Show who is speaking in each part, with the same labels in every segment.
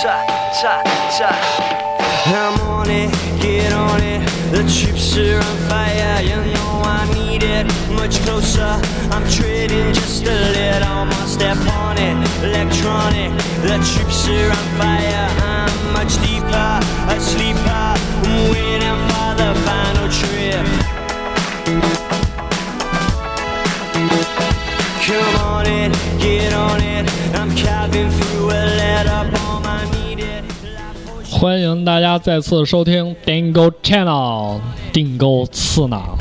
Speaker 1: cha cha cha.
Speaker 2: I'm on it, get on it. The chips are on fire, you know I need it. Much closer, I'm treading just a little more. Step on it, electronic. The chips are on fire, I'm much deeper, a sleeper. I'm waiting for the final trip. Come on in, get on it. I'm carving through a letter bomb, I need it.
Speaker 3: 欢迎大家再次收听 Dingo Channel 定钩刺脑，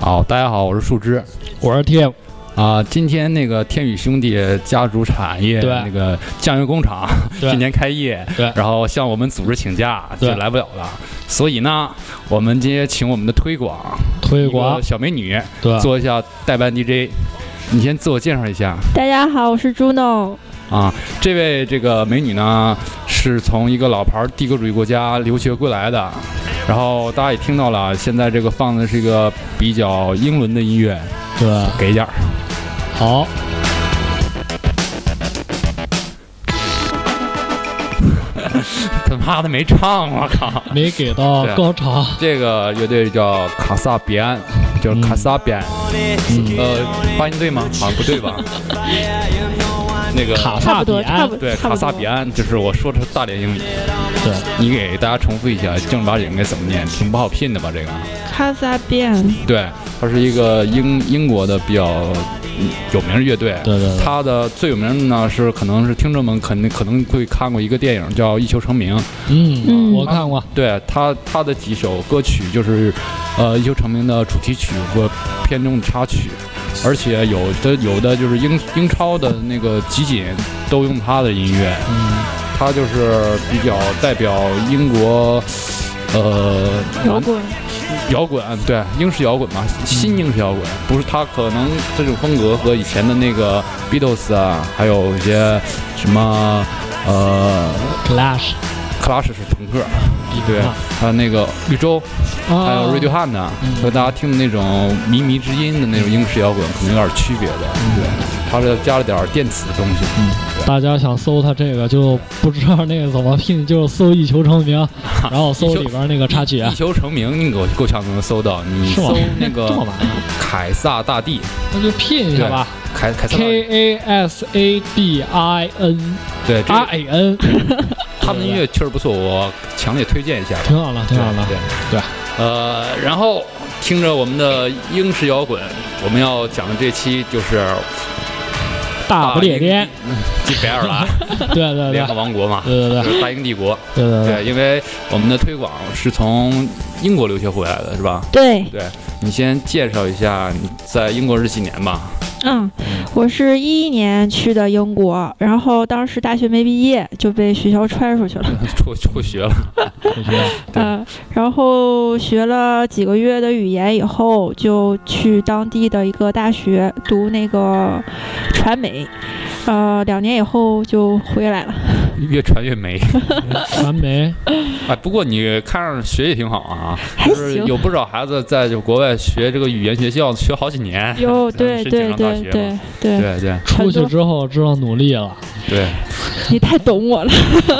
Speaker 4: 好，大家好，我是树枝
Speaker 3: 我是 Tim。
Speaker 4: 啊、今天那个天宇兄弟家族产业
Speaker 3: 对
Speaker 4: 那个酱油工厂
Speaker 3: 对
Speaker 4: 今年开业，
Speaker 3: 对
Speaker 4: 然后向我们组织请假就
Speaker 3: 对
Speaker 4: 来不了了，所以呢，我们今天请我们的推广
Speaker 3: 推广啊
Speaker 4: 一个小美女
Speaker 3: 对
Speaker 4: 做一下代班 DJ，你先自我介绍一下
Speaker 5: 大家好，我是 Juno。
Speaker 4: 啊。这位这个美女呢，是从一个老牌帝国主义国家留学归来的，然后大家也听到了，现在这个放的是一个比较英伦的音乐，
Speaker 3: 对，
Speaker 4: 给一点儿。
Speaker 3: 好，
Speaker 4: 他妈的没唱，啊我靠！
Speaker 3: 没给到
Speaker 4: 对
Speaker 3: 高潮，
Speaker 4: 这个乐队叫卡萨比安，就是卡萨比安，
Speaker 3: 嗯
Speaker 4: 呃，发音对吗？好像不对吧？那个
Speaker 3: 卡
Speaker 5: 差
Speaker 3: 萨
Speaker 5: 不
Speaker 3: 比
Speaker 5: 多，差
Speaker 3: 安
Speaker 5: 不，多，
Speaker 4: 对
Speaker 5: 差
Speaker 4: 卡
Speaker 5: 不多
Speaker 4: 萨比安，就是我说的是大连英语，
Speaker 3: 对，
Speaker 4: 你给大家重复一下正儿八经应该怎么念，挺不好拼的吧？这个，
Speaker 5: 卡萨变，
Speaker 4: 对，它是一个英英国的比较嗯有名的乐队，
Speaker 3: 对对对，
Speaker 4: 它的最有名的呢是可能是听众们肯定可能会看过一个电影叫《一球成名》，
Speaker 3: 嗯，
Speaker 5: 嗯
Speaker 3: 我看过，
Speaker 4: 对他他的几首歌曲就是，呃，一球成名的主题曲和片中的插曲，而且有的有的就是英英超的那个集锦都用他的音乐，
Speaker 3: 嗯，
Speaker 4: 他就是比较代表英国，呃，
Speaker 5: 摇滚，
Speaker 4: 摇滚，对，英式摇滚嘛，新英式摇滚，不是他可能这种风格和以前的那个 Beatles 啊，还有一些什么呃
Speaker 3: Clash，
Speaker 4: Clash 是朋克，对
Speaker 3: 啊，
Speaker 4: 还有那个绿洲。还有
Speaker 3: 啊
Speaker 4: Radiohead 呢
Speaker 3: 嗯，
Speaker 4: 和大家听的那种靡靡之音的那种英式摇滚可能有点区别的，
Speaker 3: 嗯
Speaker 4: 对，它是加了点电子的东西。
Speaker 3: 大家想搜他这个就不知道那个怎么拼，就是搜“一球成 名”，然后搜里边那个插曲，啊
Speaker 4: 一球成名，你够够呛能搜到，你
Speaker 3: 是吗
Speaker 4: 搜那
Speaker 3: 这么
Speaker 4: 个
Speaker 3: 玩意儿，
Speaker 4: 凯撒大帝，
Speaker 3: 那就拼一下吧
Speaker 4: 凯凯撒大
Speaker 3: ，K
Speaker 4: 帝，
Speaker 3: A S A D I N
Speaker 4: 对，这
Speaker 3: R
Speaker 4: 个
Speaker 3: A N，
Speaker 4: 他们的音乐确实不错，我强烈推荐一下吧。
Speaker 3: 挺好了，挺好了
Speaker 4: 对，
Speaker 3: 对，
Speaker 4: 呃，然后听着我们的英式摇滚，我们要讲的这期就是嗯
Speaker 3: 大不列颠，，
Speaker 4: 即北爱尔兰
Speaker 3: 对对对
Speaker 4: 联合，王国嘛，
Speaker 3: 对对对
Speaker 4: 就。是大英帝国。
Speaker 3: 对对对，
Speaker 4: 对，因为我们的推广是从英国留学回来的，是吧？
Speaker 5: 对，
Speaker 4: 你先介绍一下你在英国是几年吧？
Speaker 5: 嗯，我是一一年去的英国，然后当时大学没毕业就被学校踹出去了，
Speaker 4: 辍辍学了，
Speaker 3: 我觉得
Speaker 4: 对
Speaker 5: 嗯、然后学了几个月的语言以后，就去当地的一个大学读那个传媒，呃，两年以后就回来了。
Speaker 4: 越传越没。
Speaker 3: 传媒
Speaker 4: 哎，不过你看上学也挺好啊，
Speaker 5: 还
Speaker 4: 就是
Speaker 5: 行
Speaker 4: 有不少孩子在就国外学这个语言学校学好几年，
Speaker 5: 有，对
Speaker 4: 申
Speaker 5: 对
Speaker 4: 请上大
Speaker 5: 对
Speaker 4: 学嘛。
Speaker 5: 对对，
Speaker 4: 对对
Speaker 3: 出去之后知道努力了，
Speaker 4: 对，
Speaker 5: 你太懂我了。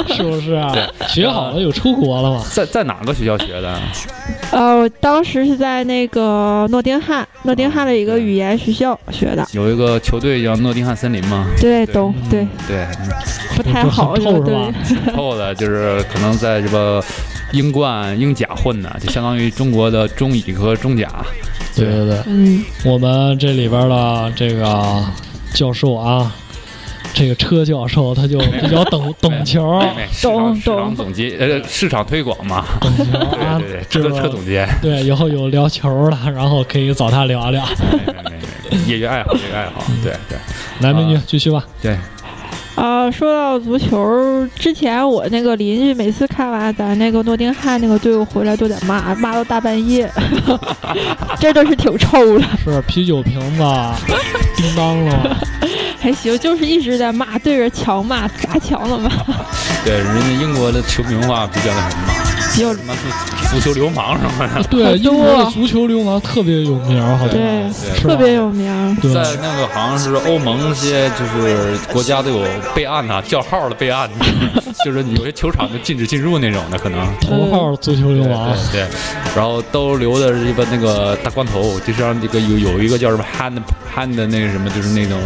Speaker 3: 是不是啊
Speaker 4: 对？
Speaker 3: 学好了有出国了嘛？
Speaker 4: 在在哪个学校学的？
Speaker 5: 呃，我当时是在那个诺丁汉，诺丁汉的一个语言学校学的。
Speaker 4: 有一个球队叫诺丁汉森林嘛，
Speaker 5: 对，
Speaker 4: 对
Speaker 5: 懂
Speaker 3: 嗯，
Speaker 5: 对，
Speaker 4: 对，
Speaker 5: 不太
Speaker 3: 这
Speaker 5: 好，
Speaker 3: 很
Speaker 5: 是吧
Speaker 3: 透是吧
Speaker 5: 对，
Speaker 4: 后的就是可能在这个英冠、英甲混的，就相当于中国的中乙和中甲。
Speaker 3: 对对对，
Speaker 5: 嗯，
Speaker 3: 我们这里边的这个教授啊，这个车教授 他就比较懂懂球，
Speaker 4: 对哎市场
Speaker 5: 懂
Speaker 4: 市场
Speaker 5: 懂
Speaker 4: 总监，呃，市场推广嘛，
Speaker 3: 懂球啊
Speaker 4: 对，对对，
Speaker 3: 这
Speaker 4: 车
Speaker 3: 个
Speaker 4: 车总哎监，
Speaker 3: 对，以后有聊球的，然后可以找他聊聊。
Speaker 4: 没没没没哎业余爱好，业余爱好，对对
Speaker 3: 来，美女
Speaker 4: 啊
Speaker 3: 继续吧。
Speaker 4: 对，
Speaker 5: 啊，说到足球，之前我那个邻居每次看完咱那个诺丁汉那个队伍回来都得骂，骂到大半夜， 真的是挺臭的。
Speaker 3: 是啤酒瓶 子叮当了吗？
Speaker 5: 还行，就是一直在骂，对着墙骂， 砸墙了骂，
Speaker 4: 啊对，人家英国的球迷文化比较那什么嘛，
Speaker 5: 比较
Speaker 4: 什么足足足球流氓什么的，
Speaker 5: 好
Speaker 3: 对，英
Speaker 5: 多
Speaker 3: 国的
Speaker 5: 啊
Speaker 3: 足球流氓特别有名儿，好像
Speaker 5: 对
Speaker 4: 对
Speaker 3: 是吧
Speaker 5: 特别有名儿。
Speaker 3: 对
Speaker 4: 在那个好像是欧盟一些就是国家都有备案呐、叫号的备案，就是有些球场就禁止进入那种的，可能。
Speaker 3: 头号足球流
Speaker 4: 对
Speaker 3: 氓，
Speaker 4: 对对，然后都留的是一个那个大光头，就像这个有有一个叫什么憨的憨的那个什么，就是那种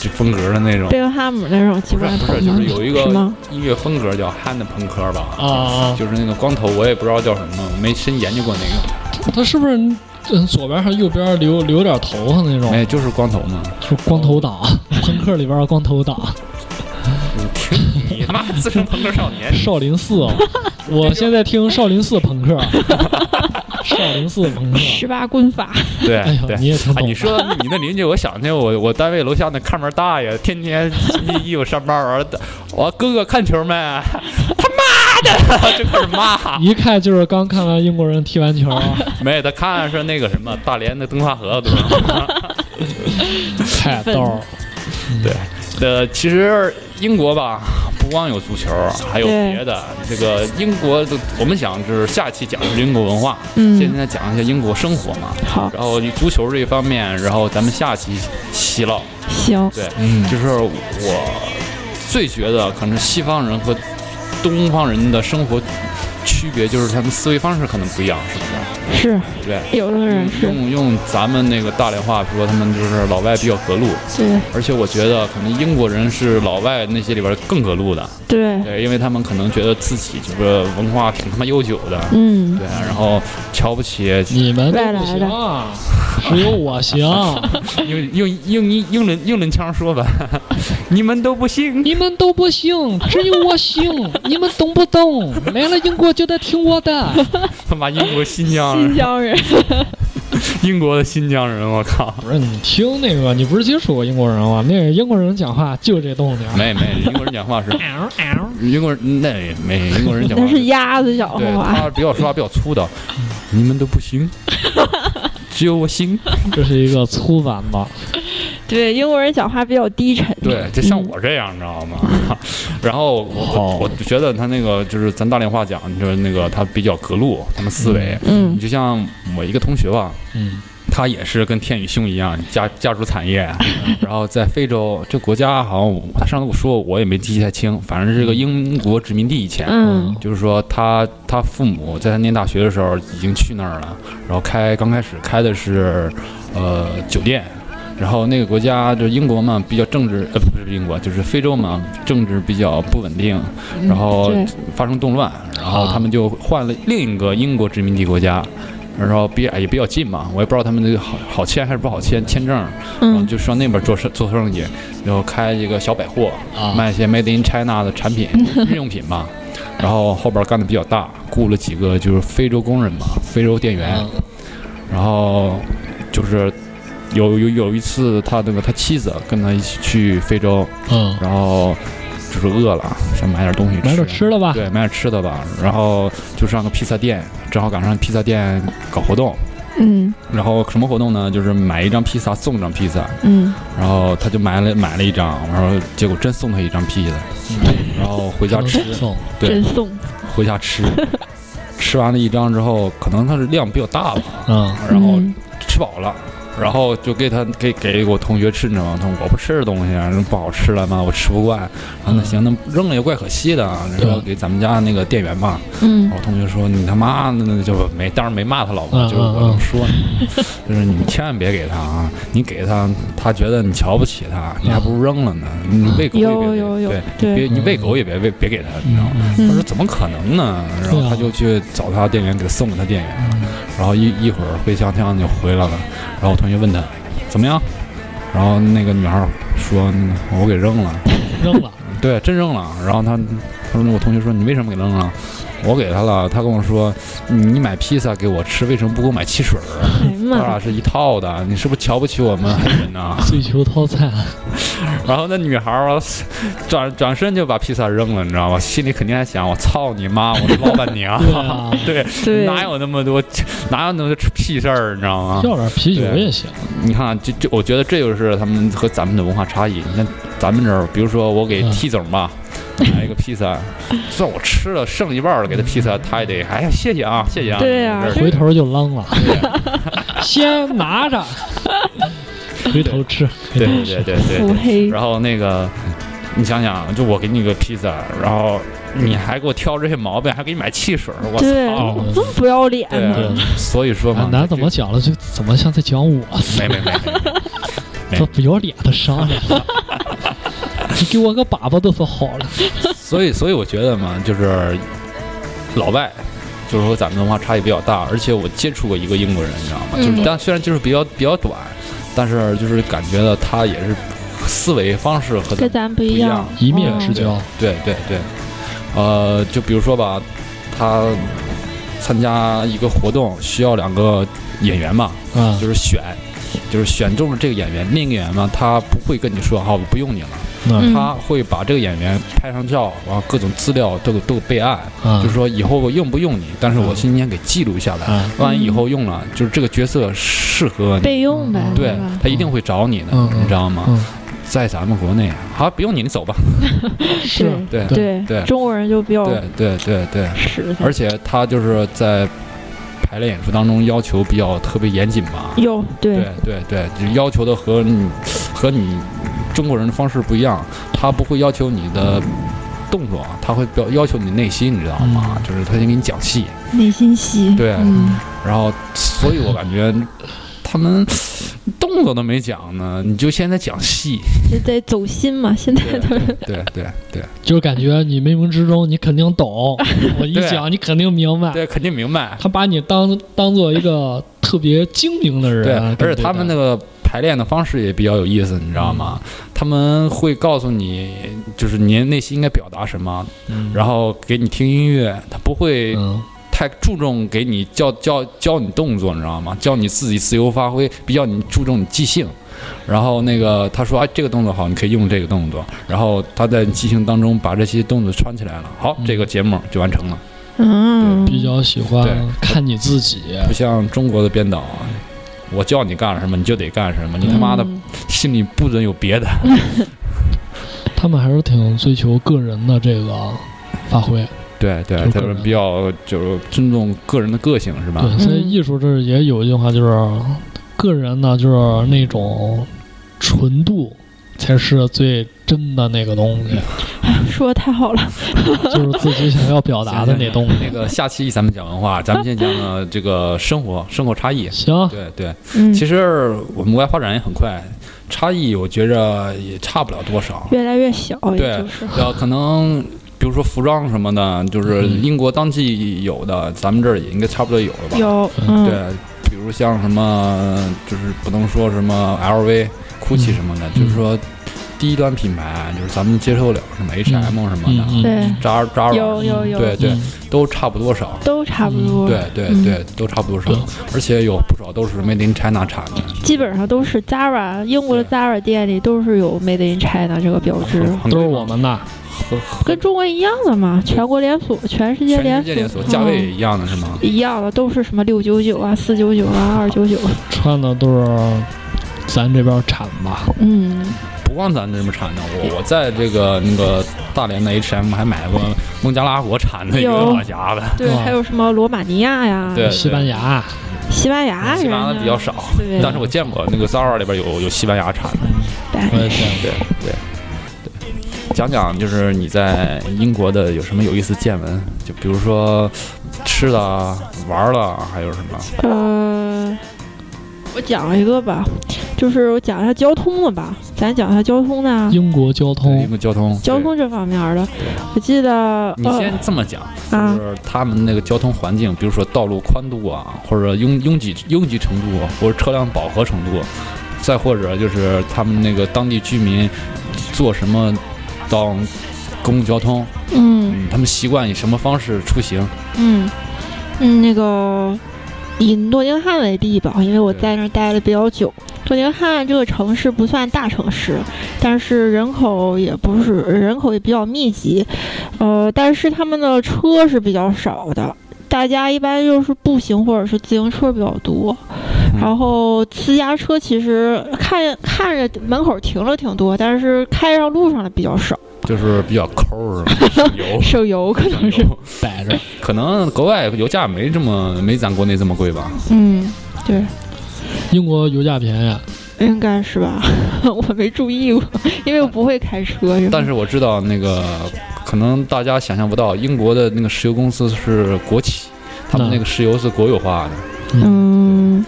Speaker 4: 就风格的那种，
Speaker 5: 贝克汉姆那种奇
Speaker 4: 不是
Speaker 5: 怪的
Speaker 4: 不是，
Speaker 5: 朋
Speaker 4: 就是
Speaker 5: 友
Speaker 4: 有一
Speaker 5: 是
Speaker 4: 个
Speaker 5: 吗？
Speaker 4: 音乐风格叫憨的朋克吧，
Speaker 3: 啊啊，
Speaker 4: 就是那个光头，我也不知道叫什么，没深研究过那
Speaker 3: 他是不是嗯左边还是右边留留点头发那
Speaker 4: 个，
Speaker 3: 种？
Speaker 4: 哎，就是光头嘛，
Speaker 3: 是光头 党，朋克里边的光头党，
Speaker 4: 听你他妈自称朋克少年，
Speaker 3: 少林寺哦。我现在听少林寺朋 克，少林寺朋克。
Speaker 5: 十八棍法，
Speaker 4: 对
Speaker 3: 哎呦，
Speaker 4: 对。
Speaker 3: 你也挺
Speaker 4: 啊！
Speaker 3: 懂
Speaker 4: 你。说你那邻居，我想起我我单位楼下那看门大爷，天天一一我上班，我说我哥哥看球没？ 他妈的，就 开始骂。
Speaker 3: 一看就是刚看完英国人踢完球，啊
Speaker 4: 没，他看是那个什么大连的灯塔河，对吧？
Speaker 3: 太逗儿了。
Speaker 4: 呃，其实英国吧，不光有足球，还有别的。这个英国的，我们想就是下期讲的是英国文化，现
Speaker 5: 嗯，
Speaker 4: 在讲一下英国生活嘛。
Speaker 5: 好，
Speaker 4: 然后你足球这一方面，然后咱们下期细唠。
Speaker 5: 行，
Speaker 4: 对，
Speaker 6: 嗯
Speaker 4: 就是我最觉得可能西方人和东方人的生活区别，就是他们思维方式可能不一样，是不是？
Speaker 5: 是
Speaker 4: 对。
Speaker 5: 有的人是
Speaker 4: 用用咱们那个大连话说，他们就是老外比较隔路，
Speaker 5: 对
Speaker 4: 而且我觉得可能英国人是老外那些里边更隔路的，
Speaker 5: 对，
Speaker 4: 对，因为他们可能觉得自己这个文化挺他妈悠久的，
Speaker 5: 嗯
Speaker 4: 对，，然后瞧不起
Speaker 3: 你们都不行啊，只有我 行。
Speaker 4: 用用用英英伦英伦腔说吧， 你们都不信，
Speaker 3: 你们都不行，只有我行。你们懂不懂？来了英国就得听我的。
Speaker 4: 他妈英国新疆
Speaker 5: 新
Speaker 4: 人，
Speaker 5: 疆人，
Speaker 4: 英国的新疆人，我靠，
Speaker 3: 不是你听那个，你不是接触过英国人吗？那个英国人讲话就这动静儿。
Speaker 4: 没没，英国人讲话是
Speaker 3: 嗷嗷，
Speaker 4: 英国人那也没英国人讲话
Speaker 5: 那是鸭子讲
Speaker 4: 对
Speaker 5: 话，
Speaker 4: 他比较说话比较粗的，你们都不 行，只有我行，
Speaker 3: 这是一个粗版的。
Speaker 5: 对，英国人讲话比较低沉，
Speaker 4: 对，就像我这样，你知道吗？ 然后我我
Speaker 3: 好
Speaker 4: 我觉得他那个就是咱大连话讲，就是那个他比较隔路，他们思维。你
Speaker 5: 嗯，
Speaker 4: 就像我一个同学吧，
Speaker 3: 嗯，
Speaker 4: 他也是跟天宇兄一样家家族产业，啊然后在非洲这国家好像我他上次跟我说我也没记太清，反正是个英国殖民地以前。
Speaker 5: 嗯
Speaker 4: 就是说他他父母在他念大学的时候已经去那儿了，然后开刚开始开的是呃酒店，然后那个国家就是英国嘛，比较政治呃不是英国，就是非洲嘛，政治比较不稳定，
Speaker 5: 嗯，
Speaker 4: 然后
Speaker 5: 对
Speaker 4: 发生动乱，然后他们就换了另一个英国殖民地国家。然后比也比较近嘛，我也不知道他们这个好好签还是不好签签证，然后
Speaker 5: 嗯
Speaker 4: 就上那边做生做生意，然后开一个小百货，
Speaker 3: 啊
Speaker 4: 卖一些 Made in China 的产 品、日用品嘛。然后后边干的比较大，雇了几个就是非洲工人嘛，非洲店员。
Speaker 3: 嗯
Speaker 4: 然后就是有有有一次，他那个他妻子跟他一起去非洲，
Speaker 3: 嗯，
Speaker 4: 然后就是饿了，想买点东西吃。
Speaker 3: 买点吃的吧。
Speaker 4: 对，买点吃的吧。然后就上个披萨店，正好赶上披萨店搞活动。
Speaker 5: 嗯
Speaker 4: 然后什么活动呢？就是买一张披萨送一张披萨。
Speaker 5: 嗯，
Speaker 4: 然后他就买了买了一张，然后结果真送他一张披萨，然后回家吃，
Speaker 3: 送
Speaker 4: 对
Speaker 5: 真送，
Speaker 4: 回家吃，吃完了一张之后，可能他的量比较大吧，
Speaker 3: 嗯，
Speaker 4: 然后
Speaker 5: 嗯
Speaker 4: 吃饱了。然后就给他给给我同学吃，你知道吗？他说我不吃这东西，啊不好吃了嘛，我吃不惯。然后那行，那扔了也怪可惜的。啊然后
Speaker 3: 对
Speaker 4: 给咱们家那个店员吧，
Speaker 5: 嗯
Speaker 4: 我同学说你他妈的那就没，当然没骂他老婆，
Speaker 3: 嗯
Speaker 4: 就是我就说你， 就是你千万别给他啊，你给他，他觉得你瞧不起他，你还不如扔了呢。
Speaker 3: 嗯
Speaker 4: 你喂狗也
Speaker 5: 有有有
Speaker 4: 别对，
Speaker 5: 对
Speaker 4: 别你喂狗也别喂别给他，你知道吗？
Speaker 3: 嗯
Speaker 4: 他说怎么可能呢？然后
Speaker 3: 对啊嗯
Speaker 4: 他就去找他店员，给他送给他店员，然后一一会儿灰香香就回来了，然后我同学问他怎么样，然后那个女孩说那个我给扔了。
Speaker 3: 扔了。
Speaker 4: 对，真扔了。然后他，他说我同学说你为什么给扔了？我给他了，他跟我说你买披萨给我吃，为什么不给我买汽水儿？
Speaker 5: 哎呀
Speaker 4: 咱
Speaker 5: 妈
Speaker 4: 俩
Speaker 5: 呀，
Speaker 4: 是一套的，你是不是瞧不起我们 黑人呢？
Speaker 3: 醉球套餐，，
Speaker 4: 啊然后那女孩儿啊转转身就把披萨扔了，你知道吗？心里肯定还想我操你妈，我的老板娘
Speaker 3: 对啊，
Speaker 4: 对，
Speaker 5: 对，
Speaker 4: 哪有那么多，哪有那么多屁事儿，你知道吗？
Speaker 3: 要点啤酒也行。
Speaker 4: 你看，这这，我觉得这就是他们和咱们的文化差异。你看咱们这儿，比如说我给
Speaker 3: 嗯
Speaker 4: T 总吧，买一个披萨，算我吃了剩一半了，给他披萨，他也得哎呀谢谢啊，谢谢啊。
Speaker 5: 对啊
Speaker 4: 这是
Speaker 3: 回头就扔了，先拿着，回头吃。
Speaker 4: 对对对对对
Speaker 5: 腹 黑，
Speaker 4: 然后那个，你想想，就我给你个披萨，然后你还给我挑这些毛病，还给你买汽水，我
Speaker 5: 对
Speaker 4: 操！，啊
Speaker 5: 这么不要脸
Speaker 4: 对
Speaker 5: 呢，
Speaker 4: 啊，所以说嘛
Speaker 3: 俺，哎咱怎么讲了，就怎么像在讲我似
Speaker 4: 没没没，
Speaker 3: 的，这不要脸的商 人了。你给我个粑粑都是好了，
Speaker 4: 所以所以我觉得嘛，就是老外。就是和咱们文化差异比较大，而且我接触过一个英国人，你知道吗？
Speaker 5: 嗯
Speaker 4: 就是但虽然就是比较比较短，但是就是感觉到他也是思维方式和咱
Speaker 5: 跟咱不一
Speaker 4: 一样
Speaker 5: 样，
Speaker 3: 一面
Speaker 5: 哦
Speaker 3: 之交。
Speaker 4: 对对对，呃，就比如说吧，他参加一个活动需要两个演员嘛，
Speaker 3: 啊
Speaker 4: 就，是选，就是选中了这个演员，另一个演员嘛，他不会跟你说好，我不用你了，
Speaker 3: 那
Speaker 5: 嗯
Speaker 4: 他会把这个演员拍上照，然后各种资料都都备案，
Speaker 3: 啊
Speaker 4: 嗯就是说以后我用不用你，但是我
Speaker 3: 嗯
Speaker 4: 今天给记录下来，
Speaker 3: 啊，
Speaker 4: 万一以后用了，就是这个角色适合你，
Speaker 5: 备用呗，
Speaker 4: 嗯对
Speaker 5: 是吧
Speaker 4: 他一定会找你的，
Speaker 3: 嗯嗯
Speaker 4: 你知道吗？
Speaker 3: 嗯
Speaker 4: 在咱们国内，好，不用你，你走吧，
Speaker 3: 是
Speaker 4: 对
Speaker 5: 对
Speaker 4: 对
Speaker 5: 中国人就比较
Speaker 4: 对对对对。
Speaker 5: 实在
Speaker 4: 而，且他就是在排练演出当中要求比较特别严谨吧？
Speaker 5: 有
Speaker 4: 对
Speaker 5: 对
Speaker 4: 对对，就要求的和你和你中国人的方式不一样，他不会要求你的动作，啊他会表要求你内心，你知道吗？就是他先给你讲戏，
Speaker 5: 内心戏，
Speaker 4: 对
Speaker 5: 嗯
Speaker 4: 然后所以我感觉他们动作都没讲呢，你就现在讲戏，
Speaker 5: 这得走心嘛，现在都是
Speaker 4: 对对 对
Speaker 3: 就感觉你冥冥之中你肯定懂，我一
Speaker 4: 对
Speaker 3: 讲你肯定明白。
Speaker 4: 对，肯定明白。
Speaker 3: 他把你当当做一个特别精明的人，
Speaker 4: 啊对，嗯
Speaker 3: 跟你
Speaker 4: 而且他们
Speaker 3: 待
Speaker 4: 那个排练的方式也比较有意思，你知道吗？他们会告诉你，就是你内心应该表达什么，
Speaker 3: 嗯
Speaker 4: 然后给你听音乐，他不会
Speaker 3: 嗯
Speaker 4: 太注重给你教教教你动作，你知道吗？教你自己自由发挥，比较你注重你即兴。然后那个他说啊，这个动作好，你可以用这个动作。然后他在即兴当中把这些动作串起来了，好，
Speaker 3: 嗯
Speaker 4: 这个节目就完成了。
Speaker 5: 嗯，
Speaker 3: 比较喜欢
Speaker 4: 对
Speaker 3: 看你自己，
Speaker 4: 不像中国的编导啊，我叫你干什么你就得干什么，你他妈的
Speaker 5: 嗯
Speaker 4: 心里不准有别的。
Speaker 3: 他们还是挺追求个人的这个发挥，
Speaker 4: 对对，
Speaker 3: 就
Speaker 4: 他
Speaker 3: 个
Speaker 4: 们
Speaker 3: 人
Speaker 4: 比较就是尊重个人的个性是吧？
Speaker 3: 对，所以
Speaker 5: 嗯
Speaker 3: 艺术这儿也有一句话，就是个人呢，就是那种纯度才是最真的那个东 西，
Speaker 5: 说得太好了，
Speaker 3: 就是自己想要表达的那东
Speaker 4: 那
Speaker 3: 西。
Speaker 4: 个下期咱们讲文化，咱们先讲讲这个生活生活差异。
Speaker 3: 行，
Speaker 4: 对对，
Speaker 5: 嗯，
Speaker 4: 其实我们国家发展也很快，差异我觉着也差不了多少。
Speaker 5: 越来越小，也
Speaker 4: 对
Speaker 5: 就是，
Speaker 4: 然后可能比如说服装什么的，就是
Speaker 3: 嗯
Speaker 4: 英国当季有的，咱们这儿也应该差不多有了吧？
Speaker 5: 有，嗯，
Speaker 4: 对，比如像什么，就是不能说什么 LV、GUCCI 什么的，就是说低端品牌，就是咱们接受了什么 H&M 什么的，
Speaker 3: 嗯
Speaker 5: 对，
Speaker 4: 扎扎
Speaker 5: 有有有，
Speaker 4: 对对，
Speaker 3: 嗯
Speaker 4: 都差不多少。
Speaker 5: 都差不多，
Speaker 4: 对对
Speaker 5: 嗯
Speaker 4: 对，都差不多少
Speaker 3: 对，
Speaker 4: 而且有不少都是 Made in China 产的，
Speaker 5: 基本上都是 Zara 英国的 Zara 店里都是有 Made in China 这个标志，
Speaker 4: 很
Speaker 3: 都
Speaker 4: 贵
Speaker 3: 是
Speaker 4: 吗
Speaker 3: 我们的，
Speaker 5: 跟中国一样的嘛，全国连锁，全世界
Speaker 4: 嗯全世
Speaker 5: 连
Speaker 4: 界连锁，价位也嗯一样的是吗
Speaker 5: 嗯？一样的，都是什么六九九啊、四九九啊、二九九，
Speaker 3: 穿的都是咱这边产吧，
Speaker 5: 嗯，
Speaker 4: 不光咱这么产的，我我在这个那个大连的 H&M 还买过孟加拉国产的一个
Speaker 5: 有
Speaker 4: 马甲的，
Speaker 5: 对，
Speaker 3: 哇
Speaker 5: 还有什么罗马尼亚呀、
Speaker 4: 对嗯
Speaker 3: 西班牙，
Speaker 5: 西班牙人啊，
Speaker 4: 西班牙的比较少，
Speaker 5: 对，
Speaker 4: 但是我见过那个 Zara 里边有有西班牙产的。
Speaker 5: 但
Speaker 3: 我也见过。
Speaker 4: 对对对，讲讲就是你在英国的有什么有意思见闻？就比如说吃的啊、玩儿了，还有什么？
Speaker 5: 呃，我讲一个吧，就是我讲一下交通的吧，咱讲一下交通啊呢，
Speaker 3: 英国交
Speaker 4: 英
Speaker 3: 通，
Speaker 4: 国交通，
Speaker 5: 哦交通这方面的，我记得
Speaker 4: 对。你
Speaker 5: 呃
Speaker 4: 先这么讲，
Speaker 5: 啊
Speaker 4: 就是他们那个交通环境，比如说道路宽度啊，或者拥拥挤拥挤程度，啊或者车辆饱和程度，啊再或者就是他们那个当地居民坐什么当公共交通，
Speaker 5: 嗯
Speaker 4: 嗯，他们习惯以什么方式出行？
Speaker 5: 嗯嗯，那个以诺丁汉为例吧，因为我
Speaker 4: 对
Speaker 5: 在那儿待的比较久。诺丁汉这个城市不算大城市，但是人口也不是人口也比较密集，呃，但是他们的车是比较少的。大家一般就是步行或者是自行车比较多，
Speaker 4: 嗯
Speaker 5: 然后私家车其实看看着门口停了挺多，但是开上路上的比较少。，
Speaker 4: 就是比较抠儿，省油
Speaker 5: 手游可能
Speaker 4: 省
Speaker 5: 是，
Speaker 4: 油。
Speaker 3: 摆着，
Speaker 4: 可能国外油价没这么没咱国内这么贵吧？
Speaker 5: 嗯，对，
Speaker 3: 英国油价便宜，
Speaker 5: 应该是吧？ 我没注意过，因为我不会开车。
Speaker 4: 但是我知道那个，可能大家想象不到，英国的那个石油公司是国企，他们
Speaker 3: 嗯
Speaker 4: 那个石油是国有化的。
Speaker 5: 嗯，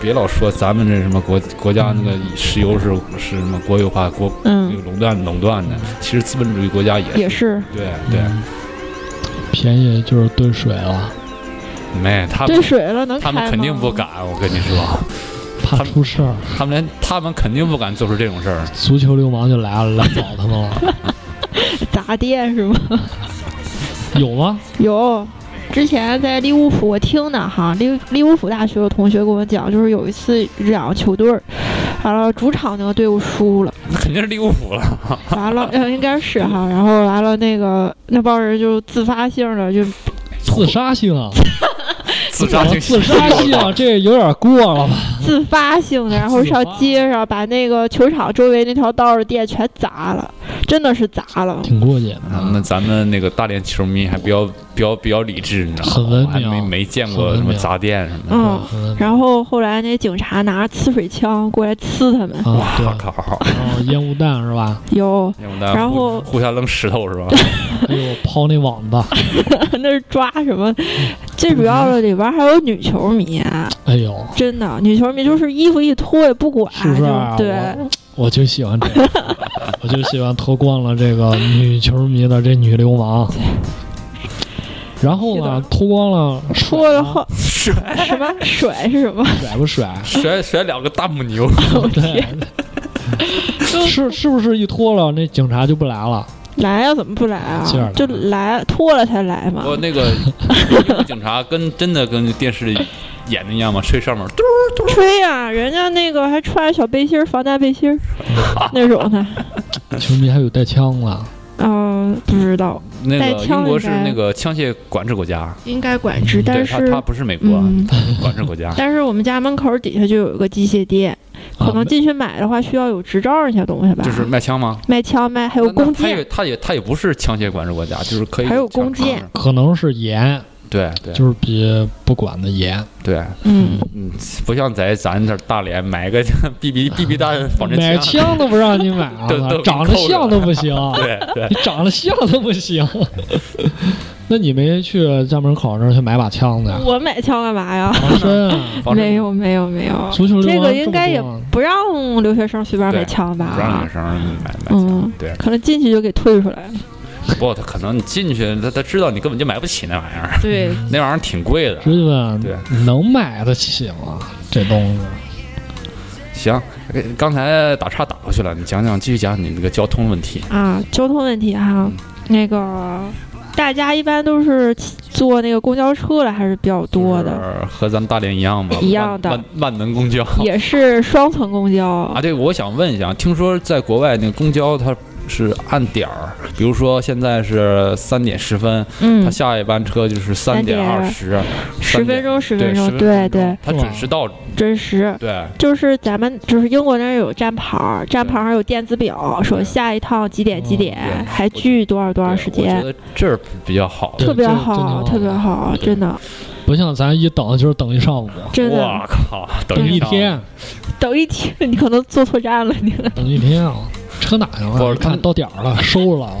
Speaker 4: 别老说咱们这什么国国家那个石油是是什么国有化、国
Speaker 5: 嗯，
Speaker 4: 垄断垄断的，其实资本主义国家也是
Speaker 5: 也是
Speaker 4: 对对，
Speaker 3: 嗯，便宜就是兑水了，
Speaker 4: 没他
Speaker 5: 兑
Speaker 4: 们
Speaker 5: 水了，能
Speaker 4: 他
Speaker 5: 开
Speaker 4: 们肯定不
Speaker 5: 敢。
Speaker 4: 敢，我跟你说，
Speaker 3: 怕出事儿，
Speaker 4: 他们连他们肯定不敢做出这种事儿。
Speaker 3: 足球流氓就来了，来找他们 了，
Speaker 5: 砸店是吗？
Speaker 3: 有吗？
Speaker 5: 有，之前在利物浦我听的哈，利利物浦大学有同学跟我讲，就是有一次两球队儿，完了主场那个队伍输了，
Speaker 4: 那肯定是利物浦了，
Speaker 5: 完了呃应该是哈，然后完了那个那帮人就自发性的就
Speaker 3: 自杀性啊，
Speaker 4: 自杀性
Speaker 3: 自杀性啊，这有点过了吧？
Speaker 5: 自发性的，然后上街上把那个球场周围那条道儿的店全砸了，真的是砸了。
Speaker 3: 挺过瘾的
Speaker 4: 啊
Speaker 3: 啊，
Speaker 4: 那咱们那个大连球迷还比较比较比较理智，你知道吗？
Speaker 3: 很文
Speaker 4: 我还没
Speaker 3: 明啊
Speaker 4: 没见
Speaker 3: 很
Speaker 4: 过
Speaker 3: 文
Speaker 4: 什么
Speaker 3: 明
Speaker 4: 砸店什么的。
Speaker 5: 嗯，
Speaker 3: 嗯
Speaker 5: 然后后来那警察拿着呲水枪过来呲他们，
Speaker 3: 啊，对
Speaker 4: 哇，靠！
Speaker 3: 然后烟雾弹是吧？
Speaker 5: 有
Speaker 4: 要不咱
Speaker 5: 然
Speaker 4: 互
Speaker 5: 后
Speaker 4: 互相扔石头是吧？
Speaker 3: 哎呦，抛那网子，
Speaker 5: 那是抓什么？最主要的里边还有女球迷、啊
Speaker 3: 哎呦，
Speaker 5: 真的，女球迷就是衣服一脱也不管，
Speaker 3: 是不是啊
Speaker 5: 就对，
Speaker 3: 我就喜欢这个， 我就喜欢脱光了这个女球迷的这女流氓。然后呢，脱光了甩
Speaker 5: 脱了
Speaker 3: 吗
Speaker 5: 后
Speaker 4: 甩
Speaker 5: 什么甩是什么？
Speaker 3: 甩不 甩？
Speaker 4: 甩甩两个大母牛，
Speaker 3: 对，是是不是一脱了那警察就不来了？
Speaker 5: 来呀、怎么不来啊
Speaker 3: 劲儿？
Speaker 5: 就来脱了才来嘛。
Speaker 4: 我那个警察跟真的跟电视里演的一样吗？吹上面嘟儿
Speaker 5: 吹呀、人家那个还穿着小背心儿、防弹背 心儿那种的。
Speaker 3: 球迷还有带枪的，
Speaker 5: 嗯、不知道，
Speaker 4: 那
Speaker 5: 带
Speaker 4: 个
Speaker 5: 枪
Speaker 4: 英国是
Speaker 5: 应该
Speaker 4: 那个枪械管制国家，
Speaker 5: 应该管制，
Speaker 4: 嗯对
Speaker 5: 但
Speaker 4: 他
Speaker 5: 是
Speaker 4: 他不是美国，
Speaker 5: 嗯，
Speaker 4: 它是管制国家。
Speaker 5: 但是我们家门口底下就有一个机械店，可能
Speaker 3: 啊
Speaker 5: 进去买的话需要有执照那些东西吧。
Speaker 4: 就是卖枪吗？
Speaker 5: 卖枪卖还
Speaker 4: 还
Speaker 5: 有弓
Speaker 4: 他也
Speaker 5: 箭，
Speaker 4: 他也他也不是枪械管制国家，就是可以
Speaker 5: 还有
Speaker 4: 有枪
Speaker 5: 弓箭
Speaker 4: 支，
Speaker 3: 可能是严，
Speaker 4: 对对
Speaker 3: 就是比不管的严。
Speaker 4: 对，
Speaker 5: 嗯，
Speaker 4: 嗯，不像在咱这儿大连买个 BB BB 弹仿真
Speaker 3: 买
Speaker 4: 枪，
Speaker 3: 枪都不让你买
Speaker 4: 都都给
Speaker 3: 了，
Speaker 4: 你
Speaker 3: 长得
Speaker 4: 扣着
Speaker 3: 像都不行，
Speaker 4: 对对
Speaker 3: 你，长得像都不行。 那你没去家门口那儿去买把枪
Speaker 4: 啊
Speaker 3: 去？
Speaker 5: 我买枪干嘛呀？
Speaker 3: 防身啊，
Speaker 4: 仿真
Speaker 5: 没有没有没有，
Speaker 3: 足球流
Speaker 5: 啊这
Speaker 3: 氓
Speaker 5: 个
Speaker 3: 么
Speaker 5: 应该也
Speaker 3: 多啊
Speaker 5: 不让留学生随便买枪
Speaker 4: 不让女
Speaker 5: 吧？
Speaker 4: 生买买枪。
Speaker 5: 嗯，
Speaker 4: 对，
Speaker 5: 可能进去就给退出来了。
Speaker 4: 不过他可能你进去，他他知道你根本就买不起那玩意儿，
Speaker 5: 对，
Speaker 4: 那玩意儿挺贵的。
Speaker 3: 直接问
Speaker 4: 对啊
Speaker 3: 能买得起吗？这东西
Speaker 4: 行，呃刚才打岔打过去了，你讲讲，继续讲你那个交通问题。
Speaker 5: 啊，交通问题哈
Speaker 4: 嗯，
Speaker 5: 那个大家一般都是骑坐那个公交车了，还是比较多的，，
Speaker 4: 和咱大连一样吗？
Speaker 5: 一样的
Speaker 4: 万万万能公交
Speaker 5: 也是双层公交
Speaker 4: 啊。。对，我想问一下，听说在国外那个公交它是按点儿，比如说现在是三点十分，它
Speaker 5: 嗯，
Speaker 4: 下一班车就是三点二十，
Speaker 5: 十分钟，十分钟，
Speaker 4: 对
Speaker 5: 对对，，
Speaker 4: 它准时到，
Speaker 5: 真实。
Speaker 4: 对
Speaker 5: 就是咱们就是英国那儿有站牌儿，站
Speaker 4: 对
Speaker 5: 牌儿上有电子表，说
Speaker 4: 对哦
Speaker 5: 下一趟几点几
Speaker 3: 嗯
Speaker 5: 点，
Speaker 4: 对
Speaker 5: 还距多少多
Speaker 4: 对
Speaker 5: 少时
Speaker 4: 我
Speaker 5: 间
Speaker 4: 觉，得这儿比较好。
Speaker 3: 对
Speaker 5: 特别
Speaker 3: 这个真挺
Speaker 5: 好，
Speaker 3: 好
Speaker 5: 特别
Speaker 3: 的
Speaker 5: 好，
Speaker 4: 对
Speaker 5: 真的
Speaker 3: 不像咱一等就是等一上午，
Speaker 5: 真的
Speaker 4: 我靠，等
Speaker 3: 等
Speaker 4: 于
Speaker 3: 一
Speaker 4: 上
Speaker 3: 天，
Speaker 5: 等一天，你可能坐错站了，你
Speaker 3: 等一天啊！车哪去
Speaker 4: 不
Speaker 3: 了？
Speaker 4: 是
Speaker 3: 看
Speaker 4: 他们
Speaker 3: 到点儿了，收了。啊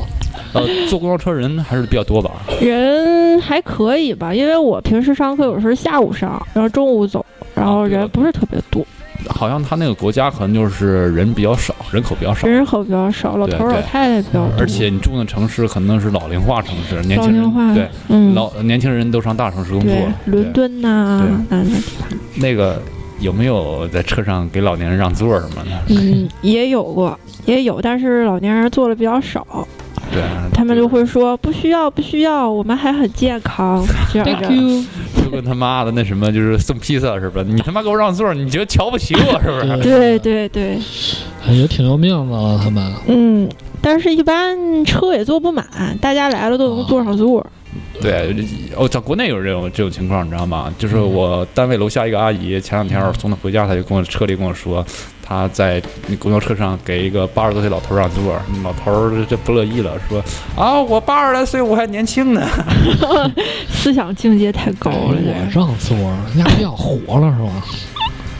Speaker 4: 呃，坐公交车人还是比较多吧？
Speaker 5: 人还可以吧，因为我平时上课有时候下午上，然后中午走，然后
Speaker 4: 啊对
Speaker 5: 人
Speaker 4: 了
Speaker 5: 不是特别多，
Speaker 4: 好像他那个国家可能就是人比较少，人口比较少，
Speaker 5: 人口比较少，老
Speaker 4: 对
Speaker 5: 头儿老
Speaker 4: 对
Speaker 5: 太太比较多
Speaker 4: 而，且你住的城市可能是老龄化城市，年
Speaker 5: 老
Speaker 4: 轻
Speaker 5: 龄化
Speaker 4: 人对、
Speaker 5: 嗯，
Speaker 4: 老年轻人都上大城市工作
Speaker 5: 对
Speaker 4: 了。，
Speaker 5: 伦敦呐，那那
Speaker 4: 对那个有没有在车上给老年人让座什么的？
Speaker 5: 嗯，也有过，也有，但是老年人做的比较少，
Speaker 4: 对，
Speaker 5: 他们就会说不需要，不需要，我们还很 健康，这样
Speaker 3: Thank
Speaker 5: 的。
Speaker 3: you，
Speaker 4: 就跟他妈的那什么，就是送披萨是吧？你他妈给我让座，你觉得瞧不起我是不是？
Speaker 5: 对对对，
Speaker 3: 哎也挺要面子了，他们
Speaker 5: 嗯，但是一般车也坐不满，大家来了都能坐上座。
Speaker 4: 对，哦，在国内有这种这种情况，你知道吗？就是我单位楼下一个阿姨，前两天我送她回家，她就跟我车里跟我说，她在那公交车上给一个八十多岁老头让座，老头儿这不乐意了，说啊，我八十来岁，我还年轻呢。
Speaker 5: 思想境界太高了，这
Speaker 3: 哎我让座，人家比较活了是吧？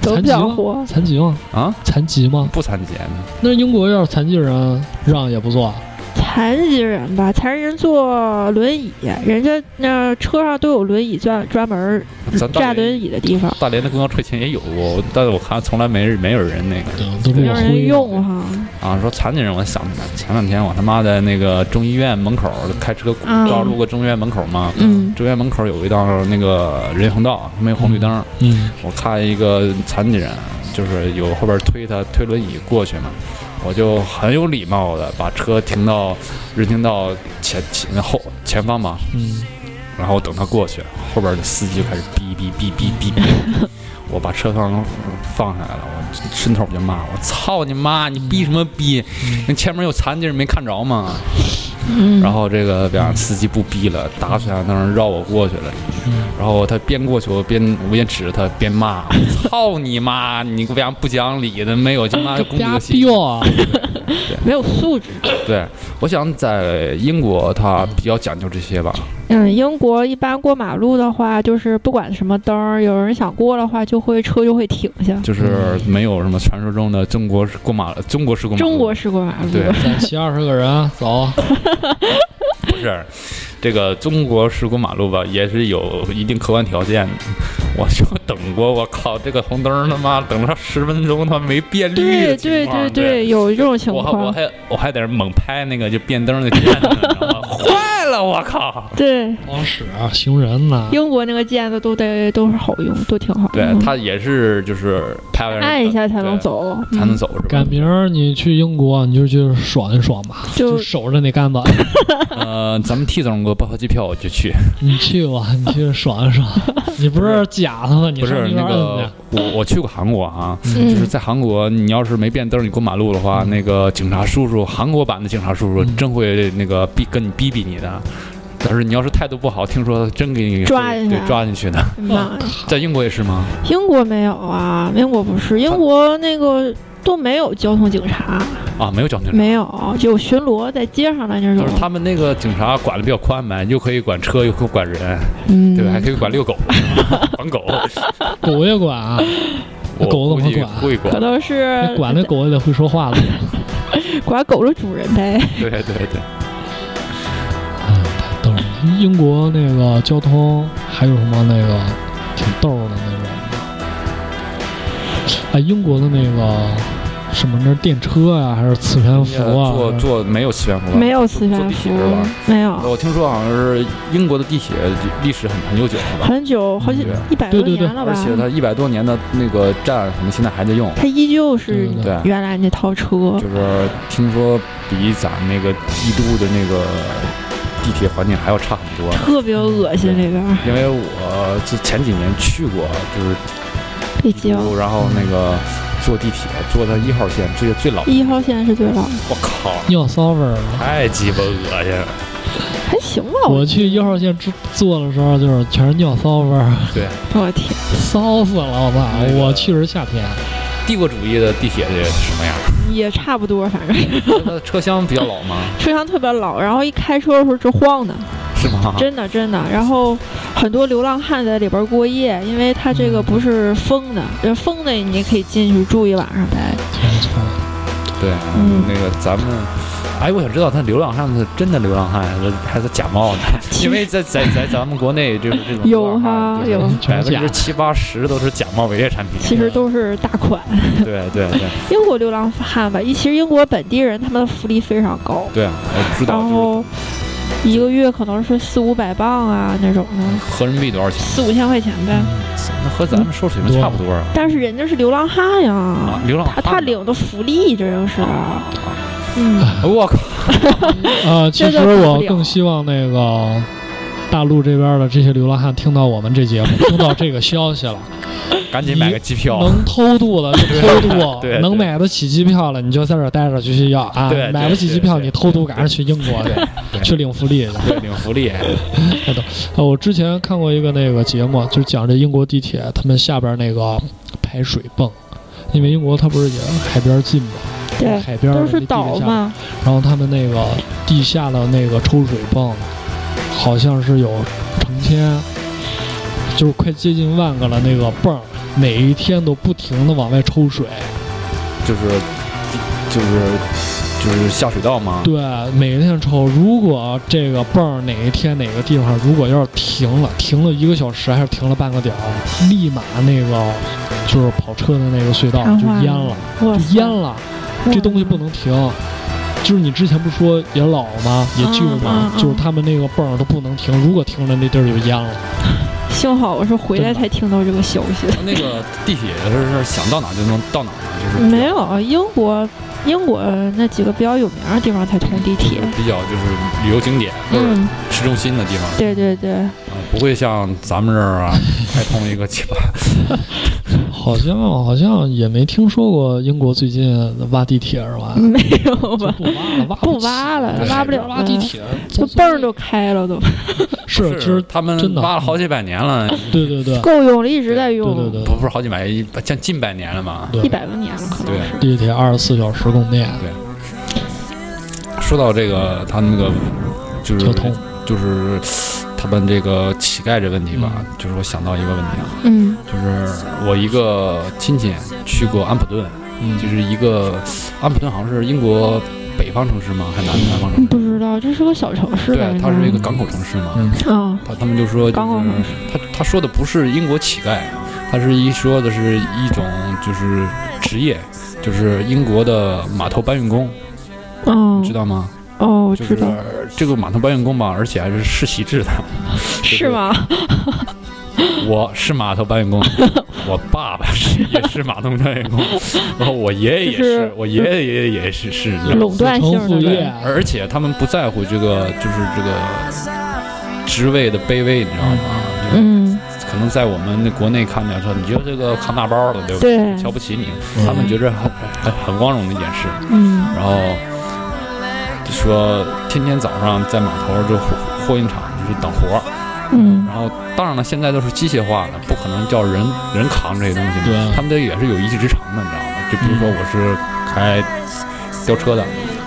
Speaker 5: 都比较活。
Speaker 3: 残疾吗？
Speaker 4: 啊，
Speaker 3: 残疾吗？
Speaker 4: 不残疾呢？
Speaker 3: 那英国要是残疾人让也不坐，
Speaker 5: 残疾人吧，残疾人坐轮椅，人家那车上都有轮椅专专门儿
Speaker 4: 咱大
Speaker 5: 站
Speaker 4: 连
Speaker 5: 轮椅的地方，
Speaker 4: 大连的公交车以前也有，但是我看从来没人没有人那个。
Speaker 3: 对都
Speaker 5: 没
Speaker 3: 落
Speaker 5: 有人
Speaker 3: 灰了。
Speaker 5: 用哈。
Speaker 4: 啊，说残疾人，我想起来，前两天我他妈在那个中医院门口开车过，
Speaker 5: 嗯
Speaker 4: 正好路过中医院门口嘛，
Speaker 5: 嗯
Speaker 4: 中医院门口有一道那个人行横道，没有红绿灯，
Speaker 3: 嗯，
Speaker 4: 我看一个残疾人，就是有后边推他推轮椅过去嘛，我就很有礼貌的把车停到人行道前前后前方嘛，
Speaker 3: 嗯，
Speaker 4: 然后等他过去，后边的司机就开始哔哔哔哔哔哔，我把车放放下来了，我伸头我就骂我操你妈，你逼什么逼？那前面有残疾人没看着吗？
Speaker 5: 嗯，
Speaker 4: 然后这个两个司机不逼了，打起来那儿绕我过去了，然后他边过去我边我边指着他边骂，我操你妈，你为啥不讲理的？没有 他妈公
Speaker 3: 瞎
Speaker 4: 德心。
Speaker 3: 彪啊！
Speaker 5: 没有素质。
Speaker 4: 对，我想在英国他比较讲究这些吧，
Speaker 5: 嗯，英国一般过马路的话，就是不管什么灯儿，有人想过的话，就会车就会停下。
Speaker 4: 就是没有什么传说中的中国式过马，中国式过马路。
Speaker 5: 嗯中国式过马路，
Speaker 4: 对
Speaker 3: 咱骑二十个人走，
Speaker 4: 不是，这个中国式过马路吧，也是有一定客观条件的。我就等过，我靠，这个红灯他妈等了十分钟，他妈没变绿
Speaker 5: 对
Speaker 4: 的
Speaker 5: 对
Speaker 4: 情况。
Speaker 5: 对对，有这种情
Speaker 4: 我还我
Speaker 5: 况。
Speaker 4: 还我还在那猛拍那个就变灯的键呢，你知 道吗？坏了，我靠！
Speaker 5: 对，
Speaker 3: 光使啊，行人呐，
Speaker 5: 英国那个键子都得都是好用，都挺好
Speaker 4: 对
Speaker 5: 用的。
Speaker 4: 他也是就是拍完人
Speaker 5: 按一下才能
Speaker 4: 对
Speaker 5: 走，
Speaker 4: 才能
Speaker 5: 嗯
Speaker 4: 走是吧？
Speaker 3: 赶明儿你去英国，你就去爽一爽吧，
Speaker 5: 就
Speaker 3: 就守着那杆子，
Speaker 4: 呃，咱们 T 总给我报销机票，我就去。
Speaker 3: 你去吧，你去爽一爽。你不是假他吗？你
Speaker 4: 不
Speaker 3: 上
Speaker 4: 是
Speaker 3: 那边
Speaker 4: 那
Speaker 3: 摁
Speaker 4: 个
Speaker 3: 去，，
Speaker 4: 我我去过韩国啊，
Speaker 5: 嗯
Speaker 4: 就是在韩国，你要是没变灯，你过马路的话，那个警察叔叔，韩国版的警察叔叔，
Speaker 3: 嗯
Speaker 4: 真会那个逼跟你逼逼你的。但是你要是态度不好，听说真给你
Speaker 5: 抓
Speaker 4: 对
Speaker 5: 一下
Speaker 4: 对抓进去的。
Speaker 5: 妈呀
Speaker 3: 哦
Speaker 4: 在英国也是吗？
Speaker 5: 英国没有啊，英国不是，英国那个都没有交通警察，
Speaker 4: 啊，没有交通警察。
Speaker 5: 没有，有巡逻在街上的那
Speaker 4: 就
Speaker 5: 种
Speaker 4: 是。他们那个警察管的比较宽呗，又可以管车，又可以管人，
Speaker 5: 嗯，
Speaker 4: 对吧？还可以管遛狗，管狗，
Speaker 3: 狗也管啊，
Speaker 4: 我
Speaker 3: 狗
Speaker 4: 估
Speaker 3: 怎么
Speaker 4: 计
Speaker 3: 管
Speaker 4: 会
Speaker 5: 可
Speaker 4: 管。啊
Speaker 5: 能是
Speaker 3: 那 管那狗也得会说话了。
Speaker 5: 管狗的主人呗。
Speaker 4: 对对对，
Speaker 3: 嗯，太逗了。英国那个交通还有什么那个挺逗的那种哎，英国的那个什么那电车啊，还是磁悬浮啊？
Speaker 4: 坐坐没有磁悬浮吧，
Speaker 5: 没有磁
Speaker 4: 坐
Speaker 5: 悬
Speaker 4: 地
Speaker 5: 浮
Speaker 4: 铁是吧？，
Speaker 5: 没有，
Speaker 4: 我听说好像是英国的地铁历史很很悠久了吧？
Speaker 5: 很久，好几
Speaker 4: 对
Speaker 5: 一百
Speaker 3: 对
Speaker 5: 多
Speaker 3: 对对
Speaker 5: 年了
Speaker 4: 而
Speaker 5: 吧？
Speaker 4: 且它一百多年的那个站，可能现在还在用。
Speaker 5: 它依旧是
Speaker 3: 对
Speaker 4: 对
Speaker 5: 原来那套车
Speaker 4: 就，是听说比咱那个帝都的那个地铁环境还要差很多。
Speaker 5: 特别恶心那边儿
Speaker 4: 因为我之前几年去过，就是帝
Speaker 5: 北京
Speaker 4: 都，然后那个坐地铁坐它一号线，最最老。
Speaker 5: 一号线是最老的，
Speaker 4: 我靠，
Speaker 3: 尿骚味儿啊了。
Speaker 4: 太鸡巴恶心了。
Speaker 5: 还行吧？
Speaker 3: 我去一号线之坐的时候，就是全是尿骚味儿，
Speaker 4: 对，
Speaker 5: 我天，
Speaker 3: 骚死了！我操！
Speaker 4: 那个
Speaker 3: 我去的是夏天，
Speaker 4: 帝国主义的地铁这什 么样？
Speaker 5: 也差不多，反正
Speaker 4: 它的车厢比较老吗？
Speaker 5: 车厢特别老，然后一开车的时候直晃的，
Speaker 4: 是吗？
Speaker 5: 真的真的。然后很多流浪汉在里边儿过夜，因为它这个不是封的，呃封的你也可以进去住一晚上呗。
Speaker 3: 没错。
Speaker 4: 对，
Speaker 5: 嗯
Speaker 4: 那个咱们，哎，我想知道他流浪汉是真的流浪汉，还是还是假冒的？ 因为在在在咱们国内就是这种
Speaker 5: 有哈
Speaker 4: 流
Speaker 5: 有
Speaker 4: 浪汉就是
Speaker 3: 全
Speaker 4: 百
Speaker 3: 是
Speaker 4: 分
Speaker 3: 假的
Speaker 4: 之七八十都是假冒伪劣产品。
Speaker 5: 其实都是大款，
Speaker 4: 对对对
Speaker 5: 英国流浪汉吧，一其实英国本地人他们的福利非常高，
Speaker 4: 对，我知
Speaker 5: 然
Speaker 4: 道，就
Speaker 5: 后一个月可能是四五百镑啊那种的，
Speaker 4: 是合人民币多少钱？
Speaker 5: 四五千块钱呗。
Speaker 4: 那和咱们收水平差不多啊。
Speaker 5: 但是人家是流浪汉呀，
Speaker 4: 啊，流浪
Speaker 5: 他
Speaker 4: 汉，
Speaker 5: 他领的福利这就是，嗯，
Speaker 4: 我靠，
Speaker 3: 呃，其
Speaker 5: 真
Speaker 3: 实
Speaker 5: 的受不
Speaker 3: 我
Speaker 5: 了
Speaker 3: 更希望那个大陆这边的这些流浪汉听到我们这节目，听到这个消 息了，
Speaker 4: 赶紧买个机票。
Speaker 3: 能偷渡了就偷渡
Speaker 4: 对，对
Speaker 3: 能买得起机票了你就在这儿待着，继续要啊
Speaker 4: 对对！
Speaker 3: 买不起机票
Speaker 4: 对对
Speaker 3: 你偷渡赶上去英国去
Speaker 4: 对，对
Speaker 3: 去领福利去。
Speaker 4: 对，领福利，
Speaker 3: 呃，我之前看过一个那个节目，就是讲这英国地铁他们下边那个排水泵，因为英国它不是也海边近嘛，
Speaker 5: 对，
Speaker 3: 海边
Speaker 5: 都是
Speaker 3: 那地铁
Speaker 5: 岛
Speaker 3: 下
Speaker 5: 嘛，
Speaker 3: 然后他们那个地下的那个抽水泵，好像是有成千，就是快接近万个了那个泵儿，每一天都不停的往外抽水。
Speaker 4: 就是就是就是下水道嘛。
Speaker 3: 对，每一天抽。如果这个泵儿哪一天哪个地方如果要是停了，停了一个小时还是停了半个点儿，立马那个就是跑车的那个隧道
Speaker 5: 瘫
Speaker 3: 就
Speaker 5: 痪
Speaker 3: 淹了，
Speaker 5: 哇
Speaker 3: 就
Speaker 5: 塞
Speaker 3: 淹了。这东西不能停。就是你之前不是说也老吗？也旧吗
Speaker 5: 嗯？嗯嗯
Speaker 3: 就是他们那个泵儿都不能停，如果停了那地儿就淹了。
Speaker 5: 幸好我是回来才听到这个消息。
Speaker 4: 那个地铁是想到哪就能到哪嘛，就是
Speaker 5: 没有，英国英国那几个比较有名的地方才通地铁
Speaker 4: 就。是比较就是旅游景点或者
Speaker 5: 嗯，
Speaker 4: 市中心的地方，
Speaker 5: 对对对，
Speaker 4: 啊不会像咱们这儿 啊开通一个七八。
Speaker 3: 好像好像也没听说过英国最近挖地铁是吧？
Speaker 5: 没有
Speaker 3: 就
Speaker 5: 吧？
Speaker 3: 不挖了，挖起
Speaker 5: 不挖了
Speaker 3: 对
Speaker 5: 挖不了
Speaker 3: 挖地铁，
Speaker 5: 就泵儿都开了，都
Speaker 3: 是
Speaker 4: 不
Speaker 3: 其实
Speaker 4: 他们
Speaker 3: 真的
Speaker 4: 挖了好几百年了，
Speaker 3: 对对
Speaker 4: 啊
Speaker 3: 对
Speaker 5: 够用了，一直在用，
Speaker 3: 对对
Speaker 4: 不不是好几百，一将近百年了嘛。
Speaker 3: 对
Speaker 5: 一
Speaker 3: 对，
Speaker 5: 百多年了，可能
Speaker 4: 对
Speaker 5: 是。
Speaker 3: 地铁二十四小时供电，
Speaker 4: 说到这个，他们那个就是
Speaker 3: 特通。
Speaker 4: 就是他们这个乞丐这问题
Speaker 3: 嗯
Speaker 4: 吧，就是我想到一个问题啊，
Speaker 5: 嗯
Speaker 4: 就是我一个亲戚去过安普顿，
Speaker 3: 嗯
Speaker 4: 就是一个安普顿好像是英国北方城市吗？还是南南方城
Speaker 5: 嗯，
Speaker 4: 市？
Speaker 5: 不知道这是个小城市，
Speaker 4: 对，
Speaker 5: 反
Speaker 4: 它是一
Speaker 5: 正
Speaker 4: 个港口城市嘛。
Speaker 5: 嗯，
Speaker 4: 他他们就说、就是，
Speaker 5: 港口城市
Speaker 4: 他他说的不是英国乞丐，他是一说的是一种就是职业，就是英国的码头搬运工，
Speaker 5: 嗯
Speaker 4: 你知道吗？
Speaker 5: 哦，我
Speaker 4: 就
Speaker 5: 知
Speaker 4: 是
Speaker 5: 道，
Speaker 4: 这个码头搬运工吧，而且还是世袭制的。
Speaker 5: 是吗？
Speaker 4: 我是码头搬运 工，我爸爸是也是码头搬运工，然 后我爷爷也
Speaker 5: 就是嗯
Speaker 4: 是，我爷爷爷爷也是是。
Speaker 3: 对
Speaker 5: 垄断性的
Speaker 3: 子承父
Speaker 5: 对
Speaker 3: 业，
Speaker 4: 而且他们不在乎这个，就是这个职位的卑微，你知道吗？就是
Speaker 5: 嗯，
Speaker 4: 可能在我们那国内看着说，你觉得这个扛大包的，对吧？
Speaker 5: 对，
Speaker 4: 瞧不起你，他们觉着很很很光荣的一件事。
Speaker 5: 嗯
Speaker 4: 然后就说天天早上在码头就货货运厂就是等活儿，
Speaker 5: 嗯
Speaker 4: 然后当然了，现在都是机械化的，不可能叫人人扛这些东西嘛。
Speaker 3: 对
Speaker 4: 他们这也是有一技之长的，你知道吗？就比如说我是开吊车的，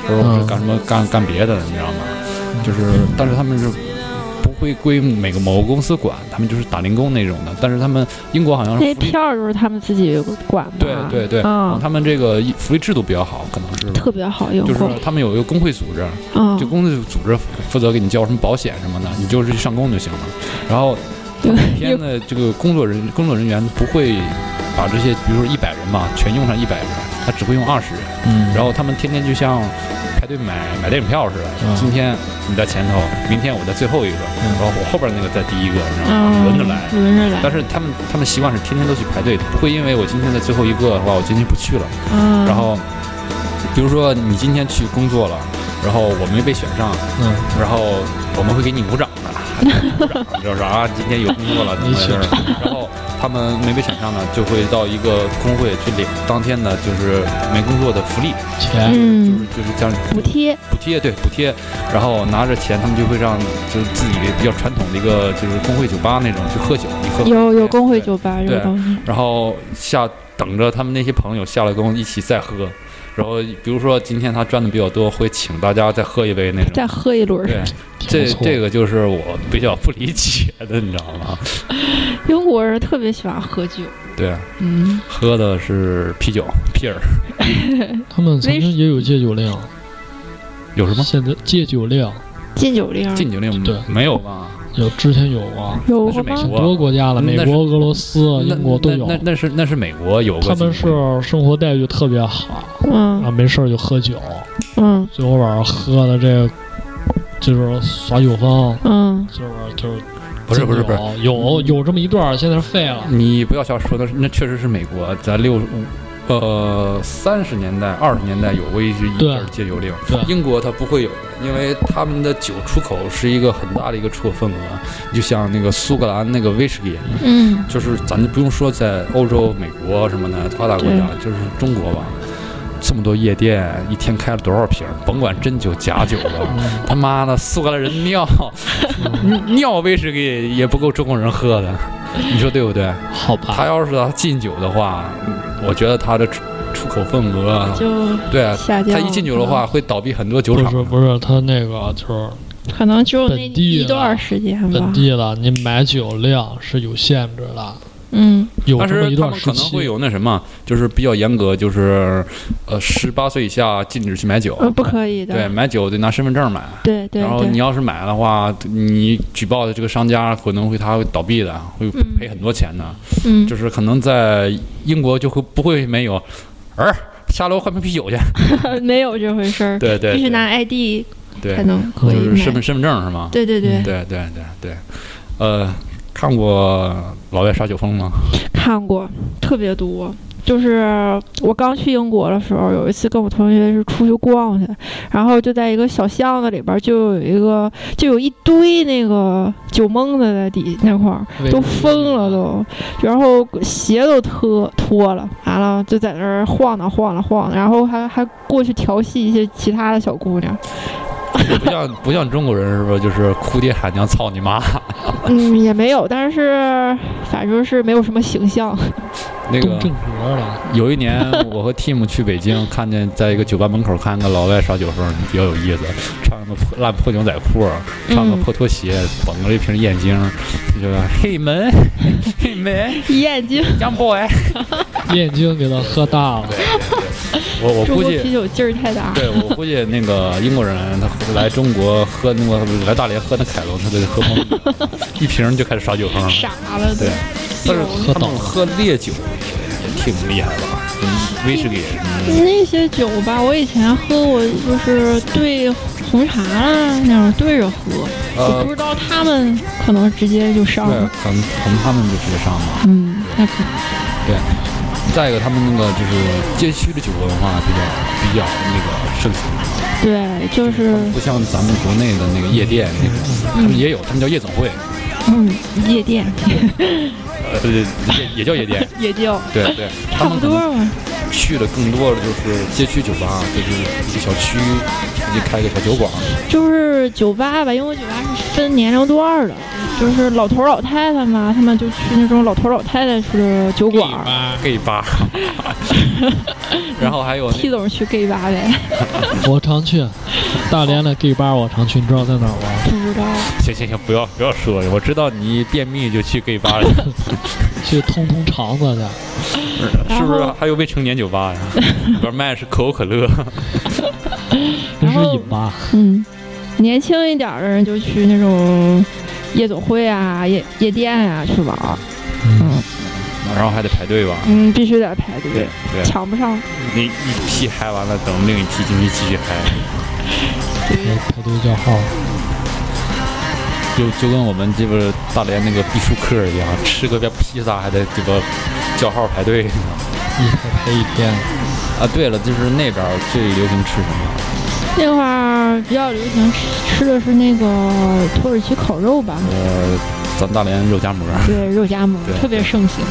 Speaker 4: 或者我是干什么干干别的，你知道吗？就是，但是他们是不会归每个某个公司管，他们就是打零工那种的。但是他们英国好像是
Speaker 5: 那
Speaker 4: 福利
Speaker 5: 票儿就是他们自己管吧？
Speaker 4: 对对对，
Speaker 5: 嗯，
Speaker 4: 他们这个福利制度比较好，可能是吧
Speaker 5: 特别好用
Speaker 4: 就
Speaker 5: 过，
Speaker 4: 是他们有一个工会组织，
Speaker 5: 嗯
Speaker 4: 就，工会组织负责给你交什么保险什么的，你就是去上工就行了。然后
Speaker 5: 对
Speaker 4: 每天的这个工作人工作人员不会把这些，比如说一百人嘛，全用上一百人，他只会用二十人。
Speaker 3: 嗯，
Speaker 4: 然后他们天天就像排队买买电影票似的，
Speaker 3: 嗯
Speaker 4: 今天你在前头，明天我在最后一个，
Speaker 3: 嗯
Speaker 4: 然后我后边那个在第一个，你知道吗？
Speaker 5: 嗯，
Speaker 4: 轮着来。
Speaker 5: 轮着来
Speaker 4: 但，是他们他们习惯是天天都去排队，不会因为我今天在最后一个的话，我今天不去了。
Speaker 5: 嗯，
Speaker 4: 然后，比如说你今天去工作了，然后我没被选上，
Speaker 3: 嗯，
Speaker 4: 然后我们会给你鼓掌的，鼓掌就是啊，今天有工作了，怎么回事儿？然后他们没被选上呢，就会到一个工会去领当天的就是没工作的福利，
Speaker 3: 钱
Speaker 4: 就是
Speaker 5: 嗯，
Speaker 4: 就是这样
Speaker 5: 补贴，
Speaker 4: 补贴，对补贴，然后拿着钱，他们就会让就是自己比较传统的一个就是工会酒吧那种去喝酒，你喝
Speaker 5: 有有
Speaker 4: 对
Speaker 5: 工会
Speaker 4: 对
Speaker 5: 酒吧这个
Speaker 4: 对
Speaker 5: 东西，
Speaker 4: 然后下等着他们那些朋友下了工一起再喝，然后比如说今天他赚的比较多，会请大家再喝一杯那种。
Speaker 5: 再喝一轮儿。
Speaker 4: 对，
Speaker 3: 挺
Speaker 4: 这
Speaker 3: 不错
Speaker 4: 这个就是我比较不理解的，你知道 吗？
Speaker 5: 英国人特别喜欢喝酒，
Speaker 4: 对，啊
Speaker 5: 嗯，
Speaker 4: 喝的是啤酒，啤儿
Speaker 3: 他们曾经也有戒酒令，
Speaker 4: 有什么
Speaker 3: 现在戒酒令
Speaker 5: 禁酒令儿
Speaker 4: 禁酒令
Speaker 3: 对
Speaker 4: 没有吧？
Speaker 3: 有之前有过，
Speaker 5: 有
Speaker 4: 那是
Speaker 5: 过
Speaker 4: 美
Speaker 5: 吗？
Speaker 3: 很多国家了，
Speaker 4: 那
Speaker 3: 美
Speaker 4: 是
Speaker 3: 国、俄罗斯、啊
Speaker 4: 那
Speaker 3: 英国都有
Speaker 4: 那。那那是那是美国有个
Speaker 3: 他们
Speaker 4: 禁酒令
Speaker 3: 是生活待遇特别好啊，
Speaker 5: 嗯
Speaker 3: 没事儿就喝酒，
Speaker 5: 嗯
Speaker 3: 最后晚上喝的这，就是耍酒疯，
Speaker 5: 嗯，
Speaker 3: 就是就是
Speaker 4: 不是不是不是。
Speaker 3: 有有这么一段儿，现在是废了。
Speaker 4: 你不要瞎说，那是那确实是美国，在六呃三十年代、二十年代有过一些一
Speaker 3: 对
Speaker 4: 阵戒酒令
Speaker 3: 对，
Speaker 4: 英国它不会有的，因为他们的酒出口是一个很大的一个出口份额，就像那个苏格兰那个威士忌，
Speaker 7: 嗯，
Speaker 4: 就是咱就不用说在欧洲、美国什么的发达国家，就是中国吧，这么多夜店，一天开了多少瓶儿？甭管真酒假酒 了，
Speaker 3: 嗯
Speaker 4: 他妈的苏格兰人尿尿威士忌也不够中国人喝的，你说对不对？
Speaker 3: 好
Speaker 4: 他
Speaker 3: 吧，
Speaker 4: 要是他禁酒的话，我觉得他的出出口份额，
Speaker 5: 就
Speaker 4: 对啊，
Speaker 5: 下降。
Speaker 4: 他一禁酒的，话会倒闭很多酒
Speaker 3: 不
Speaker 4: 厂
Speaker 3: 是。不是，他那个就是
Speaker 5: 可能只有那
Speaker 3: 本地
Speaker 5: 一段时间吧
Speaker 3: 本。地的，你买酒量是有限制的，
Speaker 5: 嗯，
Speaker 3: 有
Speaker 4: 但
Speaker 3: 这么
Speaker 4: 是
Speaker 3: 一
Speaker 4: 他
Speaker 3: 段
Speaker 4: 们
Speaker 3: 时
Speaker 4: 可能会
Speaker 3: 期。
Speaker 4: 有那什么，就是比较严格，就是呃十八岁以下禁止去买酒，
Speaker 5: 呃，不可以的。
Speaker 4: 对，买酒得拿身份证买。
Speaker 5: 对对
Speaker 4: 然后你
Speaker 5: 对，
Speaker 4: 要是买的话，你举报的这个商家可能会他会倒闭的，会
Speaker 5: 嗯
Speaker 4: 赔很多钱的。
Speaker 5: 嗯
Speaker 4: 就，是可能在英国就会不会没有，儿下楼换瓶啤酒 去。
Speaker 5: 没有这回事儿，
Speaker 4: 对对，
Speaker 5: 必须
Speaker 4: 对
Speaker 5: 拿 ID
Speaker 4: 对
Speaker 5: 才，能可以
Speaker 4: 就是身
Speaker 5: 买
Speaker 4: 份。身份证是吗？
Speaker 5: 对对对，
Speaker 4: 对对对对，呃，看过《老外耍酒疯》吗？
Speaker 5: 看过，特别多。就是我刚去英国的时候，有一次跟我同学是出去逛去，然后就在一个小巷子里边儿，就有一个就有一堆那个酒蒙子在底那块儿，
Speaker 3: 为
Speaker 5: 都
Speaker 3: 什么
Speaker 5: 疯了都，然后鞋都脱脱了，完了就在那儿晃荡晃荡晃荡，然后还还过去调戏一些其他的小姑娘，
Speaker 4: 不像不像中国人是不是就是哭爹喊娘操你妈？
Speaker 5: 嗯，也没有，但是反正是没有什么形象，
Speaker 4: 那
Speaker 3: 动
Speaker 4: 个
Speaker 3: 正格了，
Speaker 4: 有一年我和 Tim 去北京，看见在一个酒吧门口看个老外耍酒疯，比较有意思，穿个破烂破牛仔裤，穿个
Speaker 5: 嗯
Speaker 4: 破拖鞋，捧了一瓶燕京，就说嘿门 嘿门
Speaker 5: 眼睛，
Speaker 4: young boy。
Speaker 3: 眼睛给他喝大了，
Speaker 4: 我我
Speaker 5: 中
Speaker 4: 估
Speaker 5: 国
Speaker 4: 计
Speaker 5: 啤酒劲儿太大，
Speaker 4: 对，我估计那个英国人他来中国喝那个来大连喝那凯龙，他都得喝懵了，一瓶就开始耍酒疯了。
Speaker 5: 傻了都
Speaker 4: 对。但是
Speaker 3: 喝
Speaker 4: 他
Speaker 3: 倒
Speaker 4: 们
Speaker 3: 了。
Speaker 4: 喝烈酒也挺厉害的吧？嗯威士忌什么的。
Speaker 5: 那些酒吧，我以前喝过，就是兑红茶啦那种兑着喝，我
Speaker 4: 呃
Speaker 5: 不，知道他们可能直接就上
Speaker 4: 对
Speaker 5: 了，，
Speaker 4: 可能可能他们就直接上了。
Speaker 5: 嗯，那可能
Speaker 4: 再一个，他们那个就是街区的酒文化比较比较那个盛行，
Speaker 5: 对，就是
Speaker 4: 不像咱们国内的那个夜店那种，他们也有，他们叫夜总会，
Speaker 5: 嗯，夜店
Speaker 4: 呃， 也也叫夜店，
Speaker 5: 也就
Speaker 4: 对对，他
Speaker 5: 差不
Speaker 4: 们可
Speaker 5: 多
Speaker 4: 能
Speaker 5: 嘛，
Speaker 4: 去的更多的就是街区酒吧，就是一个小区，自己开个小酒馆，
Speaker 5: 就是酒吧吧，因为酒吧是分年龄段儿的，就是老头儿老太太嘛，他们就去那种老头儿老太太去的酒馆儿，
Speaker 4: gay 吧，然后还有那
Speaker 5: 替总去 gay 吧呗，
Speaker 3: 我常去大连的 gay bar，我常去，你知道在哪儿吗？
Speaker 5: 不知道，
Speaker 4: 行行行，不要不要说了，我知道你便秘就去 gay 吧了，
Speaker 3: 去通通肠子去。
Speaker 4: 是不是
Speaker 5: 然后
Speaker 4: 还有未成年酒吧呀？里边卖的是可口可 乐，
Speaker 3: 那是
Speaker 5: 然后
Speaker 3: 饮吧，
Speaker 5: 嗯，年轻一点儿的人就去那种夜总会啊、夜夜店啊去玩儿，
Speaker 4: 然后还得排队吧？
Speaker 5: 嗯，必须得排队，
Speaker 4: 对，
Speaker 5: 抢不上。
Speaker 4: 那一批嗨完了，等另一批进去继续嗨，
Speaker 3: 排排队叫号。
Speaker 4: 就就跟我们这边大连那个必胜客一样，吃个披萨还得这个叫号排队。
Speaker 3: 一排排一天，
Speaker 4: 啊，对了，就是那边儿最流行吃什么？
Speaker 5: 那块儿比较流行吃吃的是那个土耳其烤肉吧，
Speaker 4: 呃，咱大连肉夹馍。
Speaker 5: 对，肉夹馍
Speaker 4: 对
Speaker 5: 特别盛行。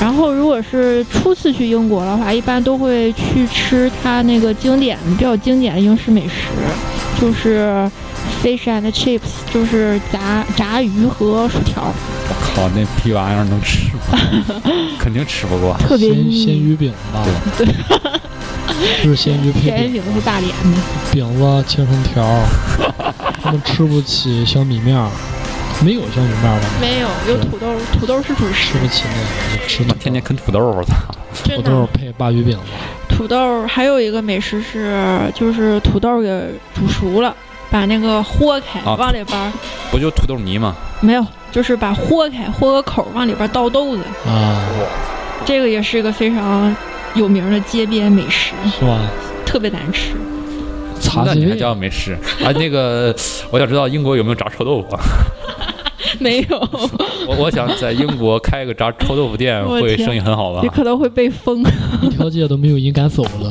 Speaker 5: 然后，如果是初次去英国的话，一般都会去吃它那个经典、比较经典的英式美食，就是 fish and chips，就是炸炸鱼和薯条，
Speaker 4: 我靠，那屁玩意儿能吃吗？ 肯定吃不惯。
Speaker 5: 特别
Speaker 3: 鲜
Speaker 5: 腻。
Speaker 3: 鲜鱼饼吧，是鲜鱼
Speaker 5: 咸
Speaker 3: 配
Speaker 5: 鱼
Speaker 3: 饼
Speaker 5: 饼是大连的，
Speaker 3: 饼子切成条 儿，他们吃不起小米面儿，没有小米面儿吧？
Speaker 5: 没有有土豆，土豆是主食
Speaker 3: 吃，不起那个，就吃
Speaker 4: 他妈天天啃土豆儿，我操！
Speaker 5: 真
Speaker 3: 土
Speaker 5: 的。
Speaker 3: 豆配鲅鱼饼子，
Speaker 5: 土豆还有一个美食是，就是土豆给煮熟了，把那个豁开，
Speaker 4: 啊
Speaker 5: 往里边儿
Speaker 4: 不就土豆泥吗？
Speaker 5: 没有，就是把豁开，豁个口儿，往里边倒豆子。
Speaker 3: 啊，
Speaker 5: 这个也是一个非常有名的街边美食，
Speaker 3: 是吧？
Speaker 5: 特别难 吃。
Speaker 3: 擦
Speaker 4: 那
Speaker 3: 鸡
Speaker 4: 你还
Speaker 3: 味
Speaker 4: 叫美食？啊啊，那个，我想知道英国有没有炸臭豆腐？
Speaker 5: 没有，
Speaker 4: 我我想在英国开个炸臭豆腐店，
Speaker 5: 我
Speaker 4: 会
Speaker 5: 天
Speaker 4: 生意很好吧
Speaker 5: 你？可能会被 封。
Speaker 3: 一条街都没有人敢走了。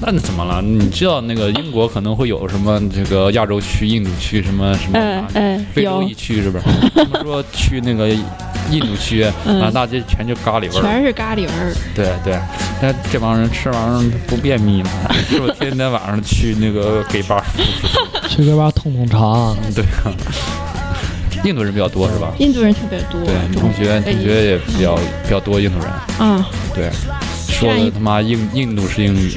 Speaker 4: 那怎么了？你知道那个英国可能会有什么这个亚洲区、印度区什么什么
Speaker 5: 哎哎，
Speaker 4: 啊非洲
Speaker 5: 有
Speaker 4: 一区是不是？他们说去那个印度区，
Speaker 5: 嗯
Speaker 4: 满大街全就咖喱味儿。
Speaker 5: 全是咖喱味儿，
Speaker 4: 对对，那这帮人吃完不便秘吗？是不是天天晚上去那个给吧舒服舒服？
Speaker 3: 去哥吧痛痛茶，
Speaker 4: 对啊，印度人比较多是吧？
Speaker 5: 印度人特别多。
Speaker 4: 对，你同学同学也比较比较多印度人，
Speaker 5: 啊，
Speaker 4: 对，说的他妈印印度式英语，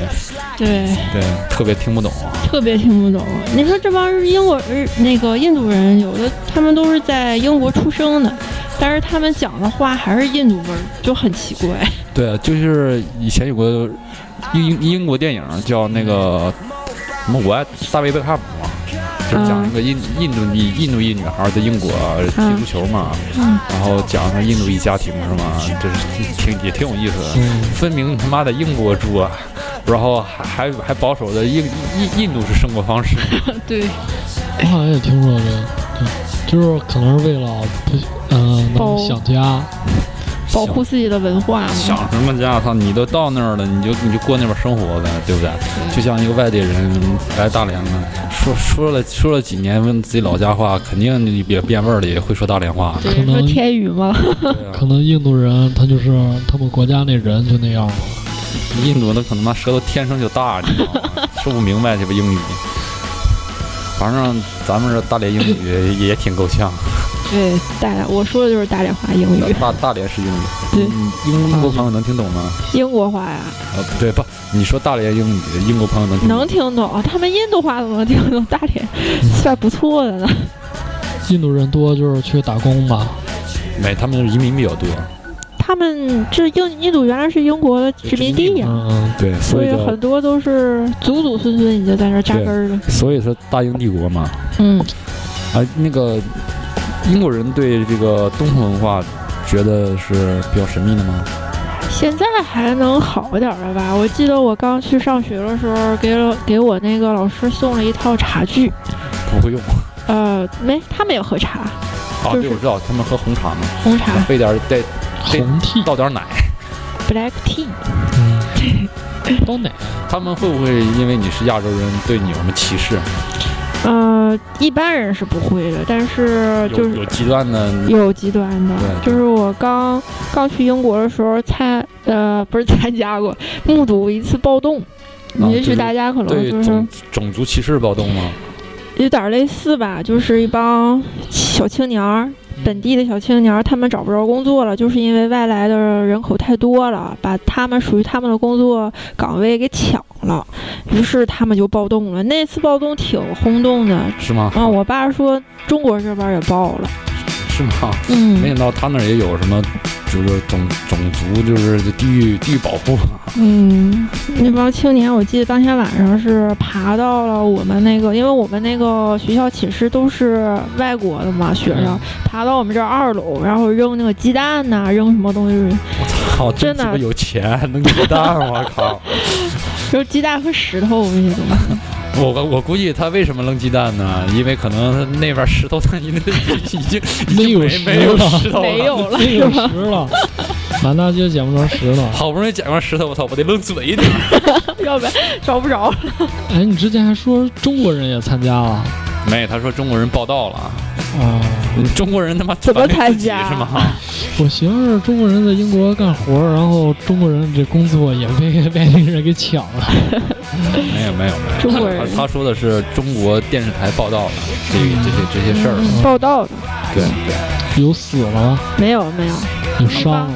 Speaker 5: 对，
Speaker 4: 对，特别听不懂啊。
Speaker 5: 特别听不懂。你说这帮英国人，那个印度人，有的他们都是在英国出生的，但是他们讲的话还是印度味儿，就很奇怪。
Speaker 4: 对，就是以前有个英英国电影叫那个什么我爱大卫贝克汉姆嘛，就是讲一个印印度裔印度裔女孩在英国踢足球嘛，
Speaker 5: 嗯
Speaker 4: 然后讲她印度裔家庭是吗？就是挺也挺有意思的。
Speaker 3: 嗯，
Speaker 4: 分明他妈在英国住啊，然后还还还保守的印印印度式生活方式，
Speaker 5: 对，
Speaker 3: 我好像也听说过这个，对，就是可能是为了不，嗯、
Speaker 5: 包
Speaker 3: 能想家，
Speaker 5: 保护自己的文化嘛。
Speaker 4: 想什么家？操，你都到那儿了，你就你就过那边生活呗，对不对？
Speaker 5: 嗯
Speaker 4: 就像一个外地人来大连了，说说了说了几年，问自己老家话，肯定也变味儿了，也会说大连 话。
Speaker 5: 对，
Speaker 3: 可
Speaker 5: 说
Speaker 3: 能
Speaker 5: 天语嘛，
Speaker 4: 对
Speaker 3: 可
Speaker 4: 啊，
Speaker 3: 能印度人他就是他们国家那人就那样了。
Speaker 4: 印度的可能妈舌头天生就大，你知道吗？说不明白这个英语。反正咱们这大连英语也挺够 呛，
Speaker 5: 对，大连，我说的就是大连话英语，
Speaker 4: 大大连式英语。
Speaker 5: 对
Speaker 4: 嗯，英国朋友能听懂吗？
Speaker 5: 英国话呀，
Speaker 4: 呃，不对，不，你说大连英语，英国朋友能听懂吗
Speaker 5: 嗯能？听懂，他们印度话都能听懂，大连算不错的呢。
Speaker 3: 印度人多就是去打工吧，
Speaker 4: 没，他们移民比较多。
Speaker 5: 他们这印印度原来是英国的殖民地呀、
Speaker 3: 嗯嗯，
Speaker 4: 对，所
Speaker 5: 所
Speaker 4: 以
Speaker 5: 以
Speaker 4: 叫
Speaker 5: 很多都是祖祖孙孙已经在这儿扎根儿了。
Speaker 4: 所以说大英帝国嘛。
Speaker 5: 嗯，
Speaker 4: 啊，那个英国人对这个东方文化觉得是比较神秘的吗？
Speaker 5: 现在还能好点儿了吧？我记得我刚去上学的时候，给了给我那个老师送了一套茶具，
Speaker 4: 不会用
Speaker 5: 呃，没，他们也喝茶，
Speaker 4: 啊，
Speaker 5: 就是
Speaker 4: 对，我知道他们喝红 茶嘛，
Speaker 5: 红茶
Speaker 4: 费点儿带对
Speaker 3: 红 T
Speaker 4: 倒点儿奶。
Speaker 5: （black tea）。
Speaker 3: 包奶，
Speaker 4: 他们会不会因为你是亚洲人对你有什么歧视？
Speaker 5: 啊呃，一般人是不会的，但是就
Speaker 4: 有
Speaker 5: 是
Speaker 4: 有极端的
Speaker 5: 有极端的
Speaker 4: 对，对
Speaker 5: 就是我刚刚去英国的时候参呃不是参加过， 目睹一次暴动。也
Speaker 4: 啊就
Speaker 5: 许
Speaker 4: 是
Speaker 5: 大家可能
Speaker 4: 对
Speaker 5: 就是
Speaker 4: 种种族歧视暴动吗？
Speaker 5: 有点儿类似吧，就是一帮小青年儿，本地的小青年儿，他们找不着工作了，就是因为外来的人口太多了，把他们属于他们的工作岗位给抢了，于是他们就暴动了。那次暴动挺轰动的，
Speaker 4: 是吗？
Speaker 5: 啊，我爸说中国这边儿也暴了，
Speaker 4: 是吗？没
Speaker 5: 嗯
Speaker 4: 想到他那儿也有什么，就是种种族，就是地域地域保护。
Speaker 5: 嗯，那帮青年，我记得当天晚上是爬到了我们那个，因为我们那个学校寝室都是外国的嘛，学生
Speaker 3: 嗯
Speaker 5: 爬到我们这儿二楼，然后扔那个鸡蛋呐、扔什么东西，
Speaker 4: 我操，
Speaker 5: 真的啊
Speaker 4: 鸡巴有钱能鸡蛋，我靠！
Speaker 5: 就是鸡蛋和石头那些东西。
Speaker 4: 我我估计他为什么扔鸡蛋呢？因为可能那边石头 他已经已经
Speaker 3: 没有
Speaker 4: 没
Speaker 3: 石
Speaker 4: 没有
Speaker 3: 了
Speaker 4: 石头
Speaker 5: 没
Speaker 4: 了。
Speaker 5: 有了，
Speaker 3: 那
Speaker 5: 是
Speaker 3: 个
Speaker 5: 吧？
Speaker 3: 石了，满大街捡不着石了。
Speaker 4: 好不容易捡完石头，我操，我得扔嘴里。
Speaker 5: 要不然找不着了。
Speaker 3: 哎，你之前还说中国人也参加了
Speaker 4: 没，他说中国人报道了，
Speaker 3: 啊？
Speaker 4: 中国人他妈
Speaker 5: 怎么
Speaker 4: 反对自己
Speaker 5: 参加
Speaker 4: 是吗？
Speaker 3: 我寻思是中国人在英国干活，然后中国人这工作也被 外地人给抢了。
Speaker 4: 没有没有没有，
Speaker 5: 中国人
Speaker 4: 他他说的是中国电视台报道了这个这些这些事儿了。
Speaker 5: 嗯报道的
Speaker 4: 对对，
Speaker 3: 有死了吗？
Speaker 5: 没有没有，
Speaker 3: 有伤了吗？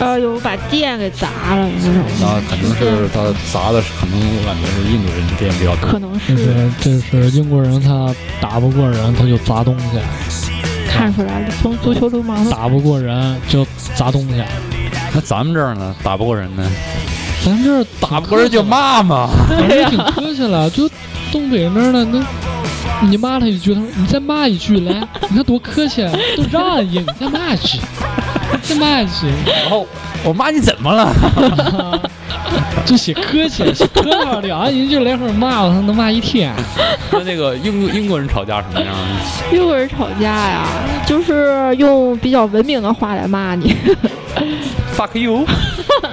Speaker 5: 呃，有把店给砸了那种，
Speaker 4: 那可能是他砸的，可能我感觉是印度人这样比较多
Speaker 5: 可。能
Speaker 3: 这
Speaker 5: 是
Speaker 3: 是这是英国人，他打不过人，他就砸东西；
Speaker 5: 看出来了，从足球流氓的
Speaker 3: 打不过人就砸东西。
Speaker 4: 那咱们这儿呢，打不过人呢，
Speaker 3: 咱这儿
Speaker 4: 打不过人就骂 嘛。
Speaker 3: 反正挺客气了，就东北那儿的那，你骂他一句，他说你再骂一句来，你看多客气，都让一，你再骂一句，再骂一句，
Speaker 4: 然后我骂你怎么了？
Speaker 3: 就写客气，写客套了，人就来回骂我，能骂一天。
Speaker 4: 跟那个英英国人吵架什么样？
Speaker 5: 英国人吵架呀，就是用比较文明的话来骂你。
Speaker 4: fuck you，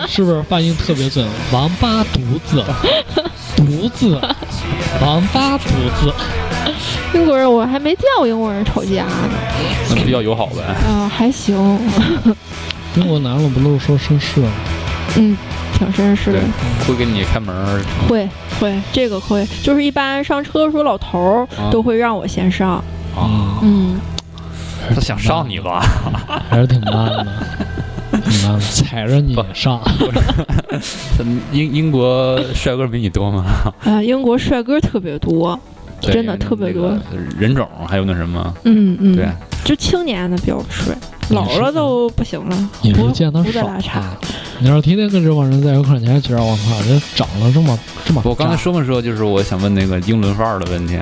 Speaker 3: 是不是发音特别准？王八犊子，犊子，王八犊子。
Speaker 5: 英国人我还没见过英国人吵架呢，
Speaker 4: 那嗯比较友好呗。
Speaker 5: 啊、还行，
Speaker 3: 英国男的不都是说绅士吗？
Speaker 5: 嗯，挺绅士的
Speaker 4: 对。，会给你开门儿，
Speaker 5: 会会，这个会，就是一般上车的时候，老头
Speaker 4: 啊
Speaker 5: 儿都会让我先上。
Speaker 3: 啊，
Speaker 5: 嗯，
Speaker 4: 哦他想上你吧？
Speaker 3: 还是挺慢的，挺慢的，踩着你上。
Speaker 4: 他英英国帅哥比你多吗？
Speaker 5: 啊，英国帅哥特别多。
Speaker 4: 对
Speaker 5: 真的特别多，
Speaker 4: 那个人种还有那什么，
Speaker 5: 嗯嗯，
Speaker 4: 对，
Speaker 5: 就青年的比较帅，
Speaker 3: 你
Speaker 5: 老
Speaker 3: 是
Speaker 5: 了都不行了，
Speaker 3: 你是
Speaker 5: 胡
Speaker 3: 见他
Speaker 5: 胡子
Speaker 3: 少
Speaker 5: 拉碴。
Speaker 3: 啊？你要是天天跟这帮人在一块儿，你还觉得我操，人长得这么这么渣……
Speaker 4: 我刚才说没说，就是我想问那个英伦范儿的问题。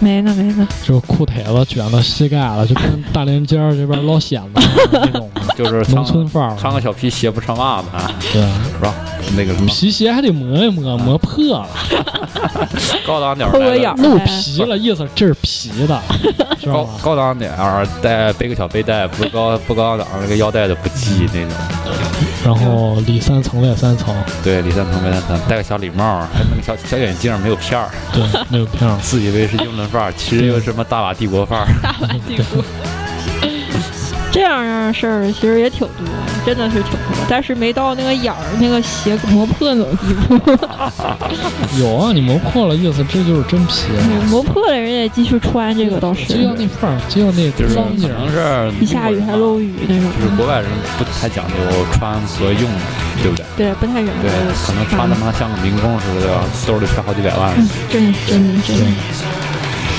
Speaker 5: 没呢没呢，
Speaker 3: 就是裤腿子卷到膝盖了，就跟大连尖儿这边捞蚬子那 种
Speaker 4: 就是
Speaker 3: 农
Speaker 4: 穿
Speaker 3: 村范儿。
Speaker 4: 穿个小皮鞋不穿袜子啊，
Speaker 3: 对，
Speaker 4: 是吧？那个什么
Speaker 3: 皮鞋还得磨一磨，磨破了，
Speaker 4: 高档点儿
Speaker 5: 抠
Speaker 4: 戴
Speaker 5: 个
Speaker 4: 个
Speaker 5: 眼儿
Speaker 3: 露
Speaker 5: 呗。
Speaker 3: 皮了，意思这是皮的，知道
Speaker 4: 高
Speaker 3: 吗？
Speaker 4: 高档点儿，带背个小背带，不高不高档，那个腰带的不系那种。
Speaker 3: 然后里三层外三层，
Speaker 4: 对，李三层、白三层，戴个小礼帽，还有那个小小眼镜，没有片儿，
Speaker 3: 对，那个片儿。
Speaker 4: 自以为是英伦范儿，其实又是什么大瓦帝国范儿。
Speaker 5: 这样样的事儿其实也挺多，真的是挺多，但是没到那个眼儿那个鞋磨破那种地步。
Speaker 3: 有啊，你磨破了，意思这就是真皮。
Speaker 5: 磨破了人也继续穿，这个倒是
Speaker 3: 就。要那范儿，就要那
Speaker 4: 就是
Speaker 3: 脏
Speaker 4: 可
Speaker 3: 劲儿
Speaker 4: 能。是
Speaker 5: 一下雨还漏
Speaker 4: 雨，
Speaker 5: 雨那种
Speaker 4: 啊就，是国外人不太讲究穿和用，对不对？
Speaker 5: 对，不太忍受
Speaker 4: 对。，可能穿他妈像个民工似的，兜里揣好几百万。
Speaker 5: 嗯，真真真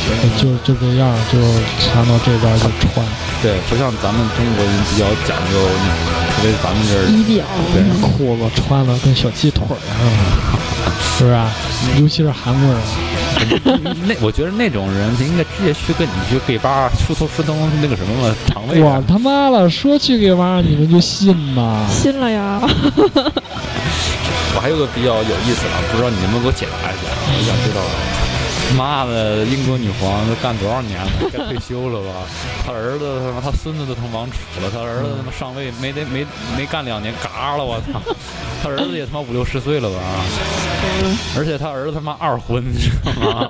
Speaker 3: 对，就就这样，就传到这边就穿。
Speaker 4: 对，不像咱们中国人比较讲究，特别是咱们这儿
Speaker 5: 仪表。
Speaker 4: 对
Speaker 3: 裤子穿的跟小鸡腿儿似的，是不是啊？尤其是韩国人，
Speaker 4: 那我觉得那种人应该直接去跟你去 gay 吧出头吃东那个什么嘛，肠胃
Speaker 3: 我
Speaker 4: 啊。
Speaker 3: 他妈的说去给玩意儿你们就信呐？
Speaker 5: 信了呀，
Speaker 4: 我还有个比较有意思的，啊不知道你能不能给我解答一下，我想知道。妈的，英国女皇都干多少年了， 该退休了吧？她儿子 他妈，她孙子都成王储了，她儿子他妈上位没得没没干两年，嘎了，我 操！她儿子也他妈五六十岁了吧？而且她儿子他妈二婚，你知道吗？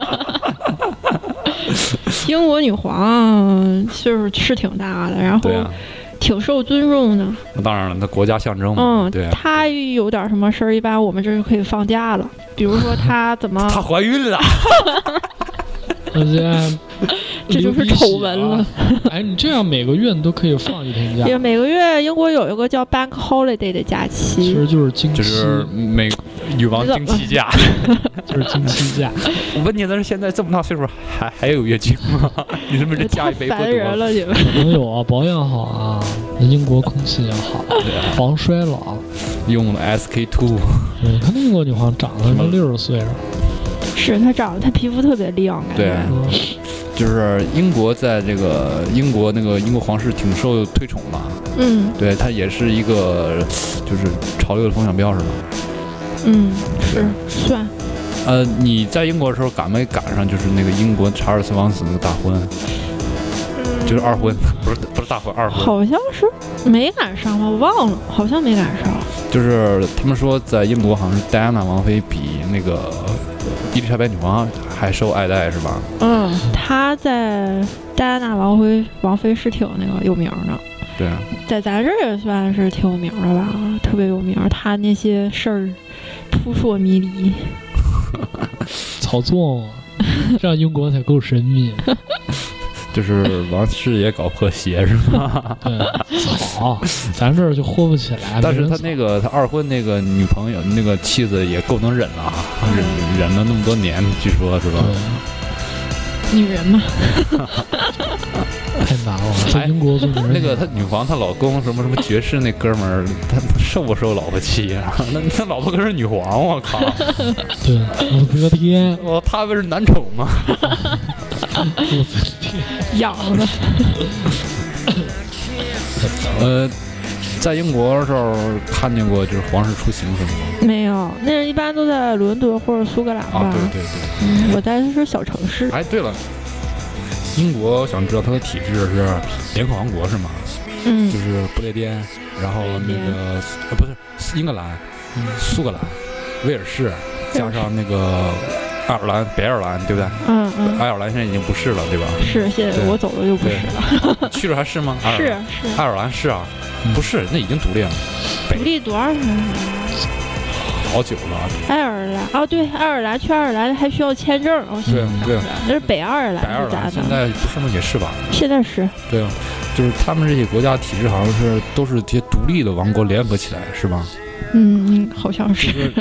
Speaker 5: 英国女皇岁数是挺大的，然后
Speaker 4: 对啊，
Speaker 5: 挺受尊重的。
Speaker 4: 那当然了，那国家象征嘛，
Speaker 5: 嗯
Speaker 4: 对，啊。
Speaker 5: 她有点什么事儿，一般我们这儿就可以放假了。比如说她怎么，
Speaker 4: 她怀孕了，
Speaker 3: 我现在
Speaker 5: 这就是丑闻了。
Speaker 3: 哎，你这样每个月你都可以放一天假
Speaker 5: 因，为每个月英国有一个叫 Bank Holiday 的假
Speaker 3: 其
Speaker 5: 期
Speaker 3: 实，就是经期，
Speaker 4: 就是美女王经期假。
Speaker 3: 就是经期假。
Speaker 4: 我问你的是，现在这么大岁数还还有月经吗？ 你是不是这加
Speaker 5: 太
Speaker 4: 一杯不多
Speaker 5: 烦人了，你们。
Speaker 3: 可能有啊，保养好啊，那英国空气也好，
Speaker 4: 啊
Speaker 3: 防衰老。
Speaker 4: 用 SK two，
Speaker 3: 你看英国女皇长得都六十岁了，
Speaker 5: 是她长得，她皮肤特别亮，感
Speaker 4: 对
Speaker 5: 觉。，
Speaker 3: 嗯
Speaker 4: 就是英国在这个英国那个英国皇室挺受推崇嘛，
Speaker 5: 嗯
Speaker 4: 对，它也是一个就是潮流的风向标是吧？
Speaker 5: 嗯，是算
Speaker 4: 呃，你在英国的时候赶没赶上就是那个英国查尔斯王子的大婚，就是二婚， 不是不是大婚，二婚，
Speaker 5: 好像是没赶上吧，我忘了，好像没赶上。
Speaker 4: 就是他们说在英国好像是戴安娜王妃比那个伊丽莎白女王还受爱戴是吧？
Speaker 5: 嗯，她在戴安娜王妃王妃是挺那个有名的，
Speaker 4: 对。
Speaker 5: 在咱这儿也算是挺有名的吧，特别有名。她那些事儿扑朔迷离，
Speaker 3: 炒作嘛，这样英国才够神秘。
Speaker 4: 就是王室也搞破鞋是 吧？
Speaker 3: 对，草，啊咱这儿就豁不起来。
Speaker 4: 但
Speaker 3: 没
Speaker 4: 是
Speaker 3: 人
Speaker 4: 他
Speaker 3: 草
Speaker 4: 那个他二婚那个女朋友那个妻子也够能忍了啊，
Speaker 3: 嗯
Speaker 4: 忍忍了那么多年，据说是吧？
Speaker 3: 对，
Speaker 5: 女人嘛，
Speaker 3: 太难了，在英 国做女人
Speaker 4: 哎那个他女皇她老公什么什么爵士那哥们儿，他受不受老婆气啊？ 那那老婆可是女皇，啊我靠！
Speaker 3: 对，我的天，
Speaker 4: 我他不是男宠 吗？
Speaker 3: 我的 天，
Speaker 5: 养的。
Speaker 4: 呃，在英国的时候看见过就是皇室出行什么的
Speaker 5: 没有，那一般都在伦敦或者苏格兰吧。
Speaker 4: 啊，对对对。
Speaker 5: 嗯我在的是小城市，
Speaker 4: 哎，对了，英国我想知道它的体制是联合王国是吗？
Speaker 5: 嗯
Speaker 4: 就，是不列颠，然后那个呃不是英格兰、
Speaker 5: 嗯
Speaker 4: 苏格兰、威尔士，加上那个爱尔兰、北爱尔兰，对不对？
Speaker 5: 嗯嗯，
Speaker 4: 爱尔兰现在已经不是了，对 吧？
Speaker 5: 是，现在
Speaker 4: 对
Speaker 5: 我走了就不是了，
Speaker 4: 去了还是吗？爱尔
Speaker 5: 是嗯
Speaker 4: 兰
Speaker 5: 是，
Speaker 4: 爱尔兰是啊，不是，那已经独立了，北
Speaker 5: 独立多少年了？
Speaker 4: 好久了。
Speaker 5: 爱尔兰哦，对，爱尔兰去爱尔兰还需要签证，哦我想
Speaker 4: 对对，
Speaker 5: 那是北爱尔
Speaker 4: 北爱
Speaker 5: 兰
Speaker 4: 尔
Speaker 5: 是咋
Speaker 4: 兰现
Speaker 5: 的？
Speaker 4: 在不是吗？也是吧？
Speaker 5: 现在是
Speaker 4: 对啊，就是他们这些国家体制好像是都是这些独立的王国联合起来，是吧？
Speaker 5: 嗯，好像
Speaker 4: 就是是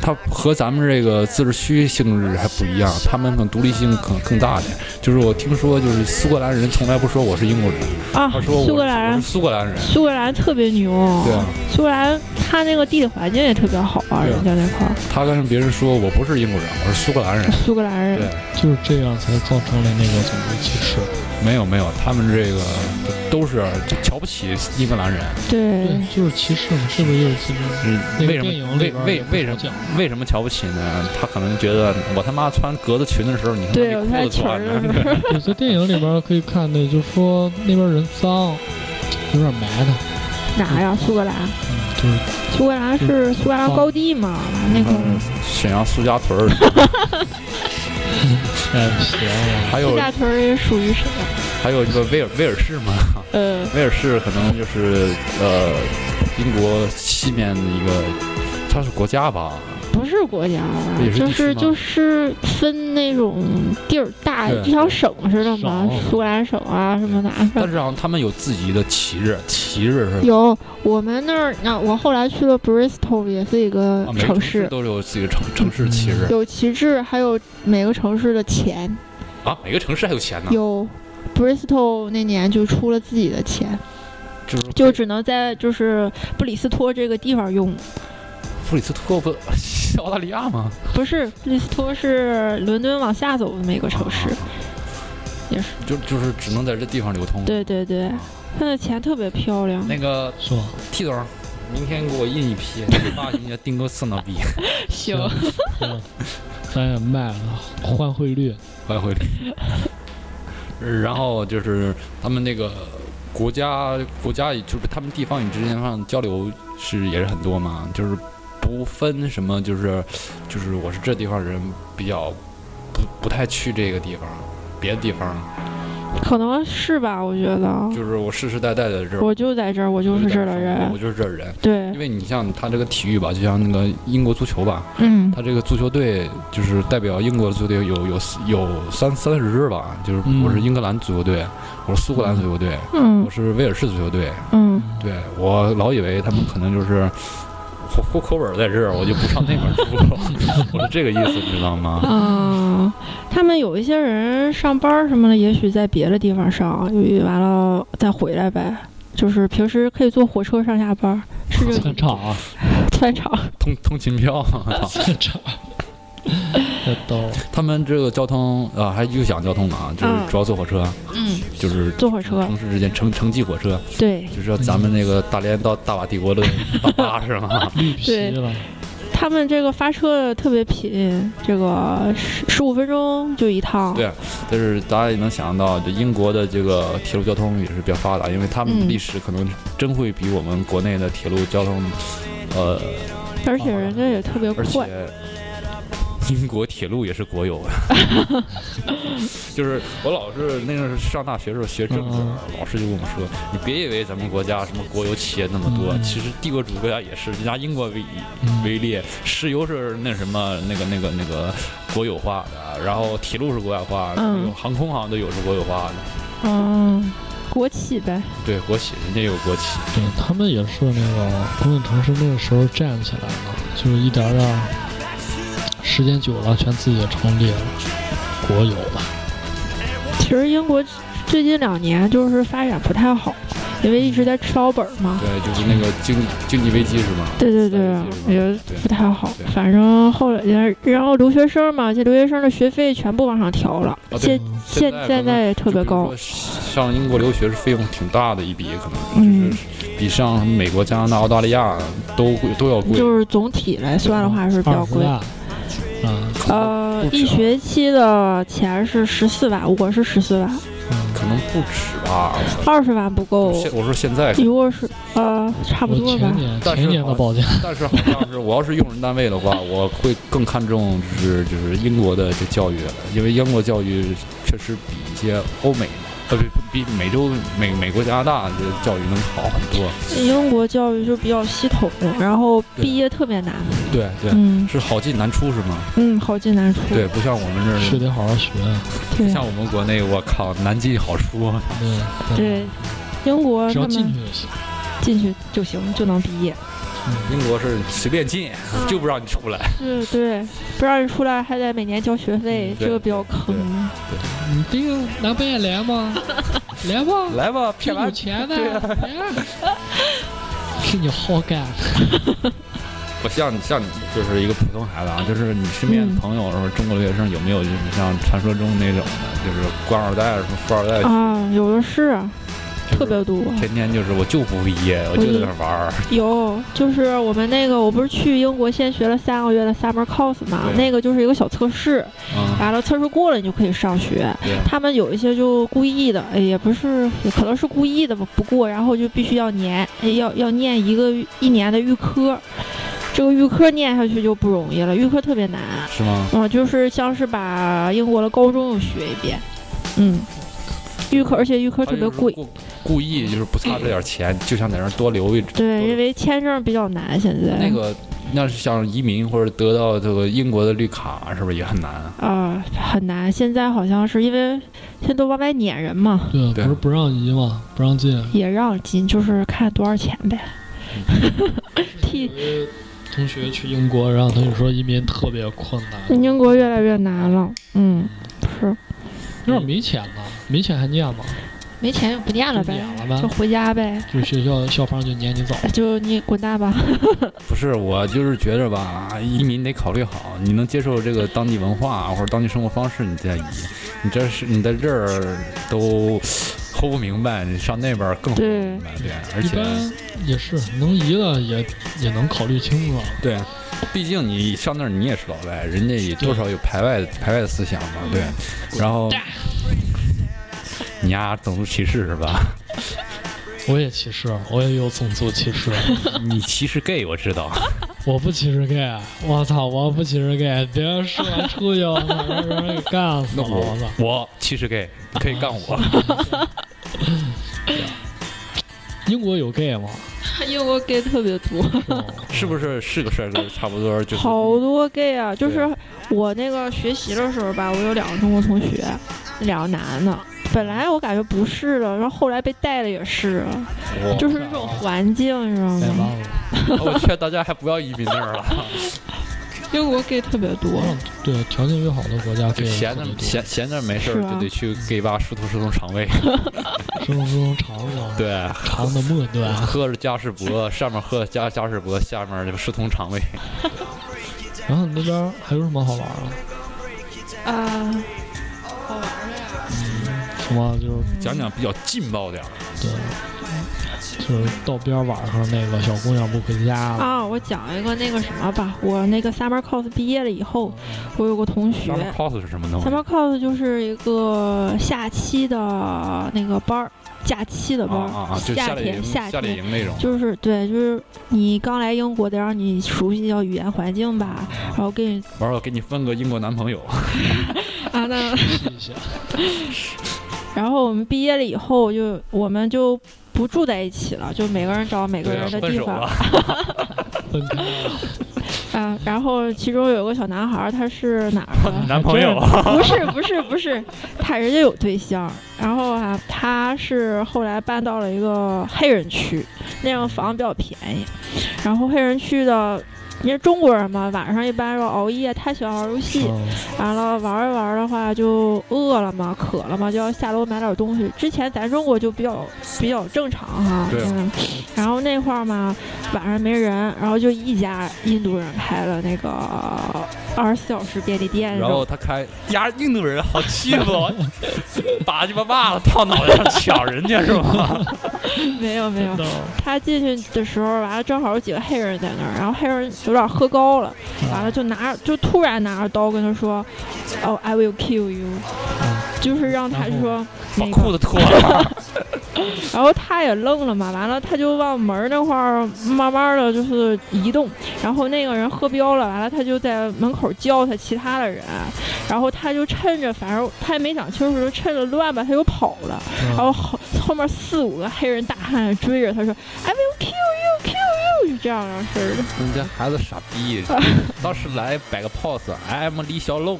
Speaker 4: 它和咱们这个自治区性质还不一样，他们可能独立性可能更大一点。就是我听说，就是苏格兰人从来不说我是英国人，
Speaker 5: 啊
Speaker 4: 他说我，是
Speaker 5: 苏格
Speaker 4: 我
Speaker 5: 兰
Speaker 4: 是，苏格兰人。
Speaker 5: 苏格兰特别牛，
Speaker 4: 对啊，
Speaker 5: 苏格兰它那个地理环境也特别好啊，
Speaker 4: 对啊
Speaker 5: 人家那块儿
Speaker 4: 他跟别人说我不是英国人，我是苏格兰人。
Speaker 5: 苏格兰人
Speaker 4: 对，
Speaker 3: 就是这样才造成了那个种族歧视。
Speaker 4: 没有没有，他们这个都是就瞧不起英格兰人。
Speaker 5: 对
Speaker 3: 对，就是歧视嘛，是不是就是歧视？
Speaker 4: 嗯
Speaker 3: 那个
Speaker 4: 为什
Speaker 3: 电
Speaker 4: 么
Speaker 3: 影里
Speaker 4: 为
Speaker 3: 边
Speaker 4: 为
Speaker 3: 也不
Speaker 4: 为什么
Speaker 3: 好讲
Speaker 4: 为什么瞧不起呢？他可能觉得我他妈穿格子裙的时候，你他
Speaker 5: 对，我
Speaker 4: 妈嗯
Speaker 5: 在
Speaker 4: 被裤子
Speaker 5: 群儿
Speaker 4: 穿
Speaker 5: 的
Speaker 4: 着。
Speaker 5: 时候，
Speaker 3: 有些电影里边可以看的，就是说那边人脏，有点埋汰，
Speaker 5: 哪呀？苏格兰，
Speaker 3: 嗯，就是
Speaker 5: 苏格兰是苏格兰高地嘛，那个
Speaker 4: 嗯 沈阳苏家屯儿，
Speaker 3: 哎行啊，
Speaker 4: 还 有
Speaker 5: 苏家屯儿也属于谁呀？
Speaker 4: 还有这个威尔威尔士嘛，
Speaker 5: 呃，
Speaker 4: 威尔士可能就是呃英国西面的一个，它是国家吧？
Speaker 5: 不是国家啊
Speaker 4: 也，是
Speaker 5: 就
Speaker 4: 地区
Speaker 5: 是
Speaker 4: 吗
Speaker 5: 就是分那种地儿大，
Speaker 4: 对
Speaker 5: 就像省似的嘛
Speaker 3: 省，
Speaker 5: 苏格兰省啊什么哪省
Speaker 4: 但。是好像他们有自己的旗帜，旗帜是
Speaker 5: 有我们那儿，那我后来去了 Bristol，也是一个
Speaker 4: 啊，每个
Speaker 5: 城
Speaker 4: 市
Speaker 5: 市，嗯
Speaker 4: 都是有自己的城城市旗帜
Speaker 5: 有旗帜，还有每个城市的钱。
Speaker 4: 啊，每个城市还有钱呢，
Speaker 5: 有 Bristol 那年就出了自己的钱，
Speaker 4: 就是
Speaker 5: 就只能在就是布里斯托这个地方用。
Speaker 4: 布里斯托不 澳大利亚吗？
Speaker 5: 不是布里斯托是伦敦往下走的那个城市，也是。
Speaker 4: 啊就就是只能在这地方流通。
Speaker 5: 对对对，他的钱特别漂亮。
Speaker 4: 那个
Speaker 3: 是吧？
Speaker 4: T 总，明天给我印一批，发人家丁哥四那逼，
Speaker 5: 行
Speaker 3: 行咱也卖了，换汇率，
Speaker 4: 外汇率。然后就是他们那个国家国家，就是他们地方与之间上交流是也是很多嘛，就是不分什么，就是就是我是这地方人比较不不太去这个地方，别的地方
Speaker 5: 可能是吧，我觉得。
Speaker 4: 就是我世世代代的这儿。
Speaker 5: 我就在这儿，我就是这儿的
Speaker 4: 我
Speaker 5: 人。
Speaker 4: 就是这儿人，
Speaker 5: 对
Speaker 4: 因，为你像他这个体育吧，就像那个英国足球吧，
Speaker 5: 嗯，
Speaker 4: 他这个足球队就是代表英国的足球队有有有三三四支吧，就是
Speaker 3: 嗯
Speaker 4: 我是英格兰足球队，我是苏格兰足球队，
Speaker 5: 嗯
Speaker 4: 我是威尔士足球队。
Speaker 5: 嗯，
Speaker 4: 对我老以为他们可能就是户户口本在这儿，我就不上那边儿住了， 我是这个意思，你知道吗？
Speaker 5: 啊，他们有一些人上班儿什么的，也许在别的地方上，完了再回来呗。就是平时可以坐火车上下班儿，是这
Speaker 3: 穿场 啊，
Speaker 5: 穿场。
Speaker 4: 通通勤票，
Speaker 5: 啊
Speaker 3: 穿场，这都
Speaker 4: 他们这个交通啊，还又讲交通呢啊，就是
Speaker 5: 嗯
Speaker 4: 主要坐火车，
Speaker 5: 嗯，
Speaker 4: 就是
Speaker 5: 坐火车。
Speaker 4: 城市之间城城际火车，
Speaker 5: 对
Speaker 4: 就是说咱们那个大连到大马帝国的大巴是吗？
Speaker 3: 绿皮
Speaker 5: 对
Speaker 3: 了，
Speaker 5: 他们这个发车特别频，这个十十五分钟就一趟。
Speaker 4: 对但是大家也能想到，就英国的这个铁路交通也是比较发达，因为他们的
Speaker 5: 嗯
Speaker 4: 历史可能真会比我们国内的铁路交通，呃，
Speaker 5: 而且人家也特别
Speaker 4: 而
Speaker 5: 快。
Speaker 4: 且英国铁路也是国有的。 就是我老是那个时候上大学的时候学政治
Speaker 3: 嗯，
Speaker 4: 老师就跟我们说，你别以为咱们国家什么国有企业那么多，
Speaker 3: 嗯
Speaker 4: 其实帝国主义国家也是，人家英国为
Speaker 3: 嗯，
Speaker 4: 为例，石油是那什么那个那个那个国有化的，然后铁路是国有化的，
Speaker 5: 嗯
Speaker 4: 有航空好像都有是国有化的。
Speaker 5: 嗯，国企呗。
Speaker 4: 对，国企人家有国企，
Speaker 3: 对他们也是那个工业城市那个时候站起来了，就是一点儿点儿，时间久了，全自己成立了，国有了。
Speaker 5: 其实英国最近两年就是发展不太好，因为一直在吃老本儿嘛。
Speaker 4: 对，就是那个经经济危机是吗？
Speaker 5: 对对对
Speaker 4: 三十，几是吧
Speaker 5: 也不太好
Speaker 4: 对。
Speaker 5: 反正后来，然后留学生嘛，这留学生的学费全部往上调了，
Speaker 4: 哦对
Speaker 5: 现
Speaker 3: 嗯
Speaker 5: 现
Speaker 4: 现在可能
Speaker 5: 现在也特别高
Speaker 4: 就比如说。上英国留学是费用挺大的一笔，可能
Speaker 5: 嗯
Speaker 4: 就是比上什么美国、加拿大、澳大利亚都贵都要贵。
Speaker 5: 就是总体来算的话是比较
Speaker 3: 啊二十
Speaker 5: 贵。
Speaker 3: 万，嗯
Speaker 5: 呃，
Speaker 4: 不止啊
Speaker 5: 一学期的钱是十四万，我是十四万，
Speaker 3: 嗯，
Speaker 4: 可能不止吧。
Speaker 5: 二十万不够。
Speaker 4: 现我说现在，
Speaker 5: 如果是呃，差不
Speaker 3: 我
Speaker 5: 多
Speaker 3: 前
Speaker 5: 吧。
Speaker 3: 年
Speaker 4: 但是
Speaker 3: 前年的报价，
Speaker 4: 但是好像是我要是用人单位的话，我会更看重就是就是英国的这教育，因为英国教育确实比一些欧美呃不比美洲美美国加拿大的教育能好很多。
Speaker 5: 英国教育就比较系统，然后
Speaker 4: 对
Speaker 5: 毕业特别难。
Speaker 4: 对对，
Speaker 5: 嗯
Speaker 4: 是好进难出是吗？
Speaker 5: 嗯，好进难出。
Speaker 4: 对，不像我们这儿
Speaker 3: 是得好好学，
Speaker 4: 不
Speaker 5: 对
Speaker 4: 像我们国内，我靠，南京好出，
Speaker 3: 对，
Speaker 5: 对，英国
Speaker 3: 只
Speaker 5: 他
Speaker 3: 要
Speaker 5: 们
Speaker 3: 进去就行。
Speaker 5: 进去就行，就能毕业。
Speaker 4: 英国是随便进，
Speaker 5: 嗯
Speaker 4: 就不让你出 来。
Speaker 5: 是，对，不让你出来还得每年交学费
Speaker 4: 嗯，对
Speaker 5: 这个比较坑。
Speaker 3: 你这个南北也来吗？ 来吧，啊
Speaker 4: 来 吧，
Speaker 3: 挺
Speaker 4: 骗
Speaker 3: 有
Speaker 4: 完
Speaker 3: 钱的，来 是你好干，
Speaker 4: 我像你像你就是一个普通孩子啊，就是你身边
Speaker 5: 嗯
Speaker 4: 朋友或者中国留学生有没有就是像传说中那种的，就是官二代什么富二代，
Speaker 5: 嗯啊，有的是啊，
Speaker 4: 就是
Speaker 5: 特别多。
Speaker 4: 天天就是我就不毕业，我就在那玩 儿。
Speaker 5: 有，就是我们那个，我不是去英国先学了三个月的 summer course 嘛，
Speaker 4: 对
Speaker 5: 那个就是一个小测试，
Speaker 4: 嗯，
Speaker 5: 完了测试过了你就可以上学。
Speaker 4: 对
Speaker 5: 他们有一些就故意的，哎也不是，也可能是故意的吧，不过然后就必须要年，哎要要念一个一年的预科，这个预科念下去就不容易了，预科特别难。
Speaker 4: 是吗？
Speaker 5: 嗯，就是像是把英国的高中又学一遍，嗯，预科，而且预科特别贵
Speaker 4: 他，
Speaker 5: 嗯
Speaker 4: 就是故，故意就是不差这点钱，就想在那儿多留一
Speaker 5: 对，
Speaker 4: 多
Speaker 5: 因为签证比较难，现在
Speaker 4: 那个。那是像移民或者得到这个英国的绿卡，是不是也很难啊？
Speaker 5: 啊、很难。现在好像是因为现在都往外撵人嘛，
Speaker 3: 对，
Speaker 4: 对
Speaker 3: 不是不让移嘛，不让进，
Speaker 5: 也让进，就是看多少钱呗。
Speaker 4: 嗯
Speaker 5: 替
Speaker 3: 同学去英国，然后他就说移民特别困难，
Speaker 5: 英国越来越难了，嗯，是
Speaker 3: 有点没钱呢，没钱还念吗？
Speaker 8: 没钱就不念了
Speaker 3: 就
Speaker 8: 呗，
Speaker 3: 撵了
Speaker 5: 就
Speaker 3: 呗，
Speaker 5: 回家呗，
Speaker 3: 就学校校方就撵你走。
Speaker 5: 就你滚蛋吧。
Speaker 4: 不是，我就是觉着吧，移民得考虑好，你能接受这个当地文化或者当地生活方式，你再移。你这是你在这儿都活不明白，你上那边儿更活不
Speaker 5: 对
Speaker 4: 明白。对，而
Speaker 3: 一
Speaker 4: 且
Speaker 3: 般也是能移的也也能考虑清楚了，
Speaker 4: 对，毕竟你上那儿你也是老外，人家也多少有排外排外的思想嘛。
Speaker 5: 嗯
Speaker 4: 对，然后你呀，种族歧视 是吧？
Speaker 3: 我也歧视，我也有种族歧 视，
Speaker 4: 你歧视 gay 我知 道，
Speaker 3: 我不歧视 gay，我啊操，我不歧视 gay，别说出去，我操，让让人给干死
Speaker 4: 那
Speaker 3: 了，我
Speaker 4: 我
Speaker 3: 操。
Speaker 4: 我歧视 gay，你可以干 我。
Speaker 3: 英国有 gay 吗？ 哦
Speaker 8: 英国 gay 特别多。
Speaker 4: 嗯是不是是个帅哥，差不多就是
Speaker 5: 好多 gay 啊！就
Speaker 4: 对
Speaker 5: 是我那个学习的时候吧，我有两个中国同学，两个男的。本来我感觉不是的，然后后来被带的也是了，
Speaker 4: 我
Speaker 5: 就是这种环境，你知道
Speaker 3: 太
Speaker 5: 吗？
Speaker 3: 棒了！
Speaker 4: 我劝大家还不要移民那儿了，
Speaker 5: 英国 gay 特别多，
Speaker 3: 对，条件越好的国家 gay
Speaker 4: 就
Speaker 3: 也
Speaker 4: 闲
Speaker 3: 特
Speaker 4: 着
Speaker 3: 别多，
Speaker 4: 闲闲着没事儿
Speaker 5: 是啊
Speaker 4: 就得去 gay 吧疏通疏通肠胃，
Speaker 3: 生活中长的
Speaker 4: 对，
Speaker 3: 长的末端。
Speaker 4: 喝着嘉士伯，上面喝嘉嘉士伯，下面就疏通肠胃。
Speaker 3: 然后你那边还有什么好玩的？
Speaker 5: 啊，
Speaker 8: 嗯
Speaker 3: 什么就是
Speaker 4: 讲讲比较劲爆点儿，
Speaker 3: 对，就是到边晚上那个小姑娘不回家了，
Speaker 5: 啊，我讲一个那个什么吧，我那个 summer cos 毕业了以后，
Speaker 3: 嗯
Speaker 8: 嗯
Speaker 5: 我有个同学
Speaker 4: 上面 cos 是什么东西？
Speaker 5: 嗯，summer cos 就是一个夏期的那个班儿，假期的班儿，
Speaker 4: 啊啊啊！就夏
Speaker 5: 夏
Speaker 4: 令
Speaker 5: 天
Speaker 4: 营、
Speaker 5: 夏
Speaker 4: 夏令
Speaker 5: 天。
Speaker 4: 营那种。
Speaker 5: 就是对，就是你刚来英国得让你熟悉一下语言环境吧，然后给你
Speaker 4: 完了，我给你分个英国男朋友，
Speaker 5: 啊那，
Speaker 3: 试一下。
Speaker 5: 然后我们毕业了以后就我们就不住在一起了，就每个人找每个
Speaker 4: 对啊，
Speaker 5: 人的
Speaker 4: 分
Speaker 5: 地
Speaker 4: 手
Speaker 5: 方
Speaker 4: 了。
Speaker 3: 分开了，
Speaker 5: 啊，然后其中有个小男孩儿，他是哪儿的？
Speaker 4: 男朋友
Speaker 3: 哎
Speaker 5: 不是不是不是，他人家有对象，然后啊，他是后来搬到了一个黑人区，那样房比较便宜，然后黑人区的。因为中国人嘛，晚上一般要熬夜，他喜欢玩游戏，
Speaker 4: 哦
Speaker 3: 嗯
Speaker 5: 完了玩着玩着的话就饿了嘛，渴了嘛，就要下楼买点东西。之前咱中国就比较比较正常哈，
Speaker 4: 对啊
Speaker 5: 嗯。然后那块儿嘛，晚上没人，然后就一家印度人开了那个二十四小时便利店
Speaker 4: 然后他开，呀，印度人好欺负，哦 把鸡巴袜子套脑袋上抢人家是吗？
Speaker 5: 没有没有
Speaker 3: 真，的
Speaker 5: 他进去的时候，完了正好有几个黑人在那儿，然后黑人有点喝高了，
Speaker 4: 嗯
Speaker 5: 完了就拿就突然拿着刀跟他说，哦、i will kill you，、就是
Speaker 3: 嗯
Speaker 5: 让他说
Speaker 4: 把
Speaker 5: 那
Speaker 4: 裤子
Speaker 5: 个，
Speaker 4: 脱了，
Speaker 5: 然后他也愣了嘛，完了他就往门儿那块儿慢慢的就是移动，然后那个人喝彪了，完了他就在门口叫他其他的人，然后他就趁着反正他也没想清楚，就趁着乱吧他就跑了。然后后后面四五个黑人大汉追着他说，I will kill you, kill you，就这样的事儿的。
Speaker 4: 人家孩子傻 逼，当时来摆个 pose，I am 李小龙，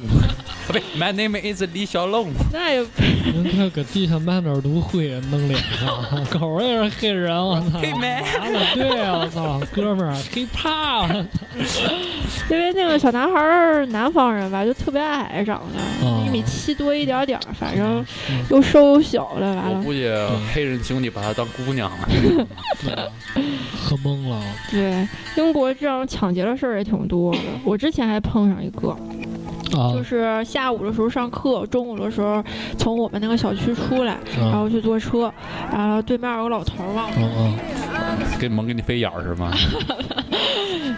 Speaker 4: 不对，My name is 李小龙。
Speaker 5: 那也
Speaker 3: 人家搁地下满点芦荟弄脸上， 狗也是黑人，我操！
Speaker 4: 黑妹
Speaker 3: 完了，对啊，我操，哥们儿，黑怕了，
Speaker 5: 因为那个小男孩儿南方人吧，就特别矮长
Speaker 3: 哦
Speaker 5: 得，一米七多一点点儿，反正又瘦又小的，完
Speaker 4: 我
Speaker 5: 了
Speaker 4: 估计黑人兄弟把她当姑娘 了。
Speaker 3: 喝懵了，
Speaker 5: 对英国这样抢劫的事儿也挺多的。我之前还碰上一个，
Speaker 3: 啊，
Speaker 5: 就是下午的时候上课，中午的时候从我们那个小区出来，然
Speaker 3: 啊
Speaker 5: 后去坐车，然后对面有个老头儿忘了
Speaker 3: 啊啊，
Speaker 4: 给蒙给你飞眼儿是吗？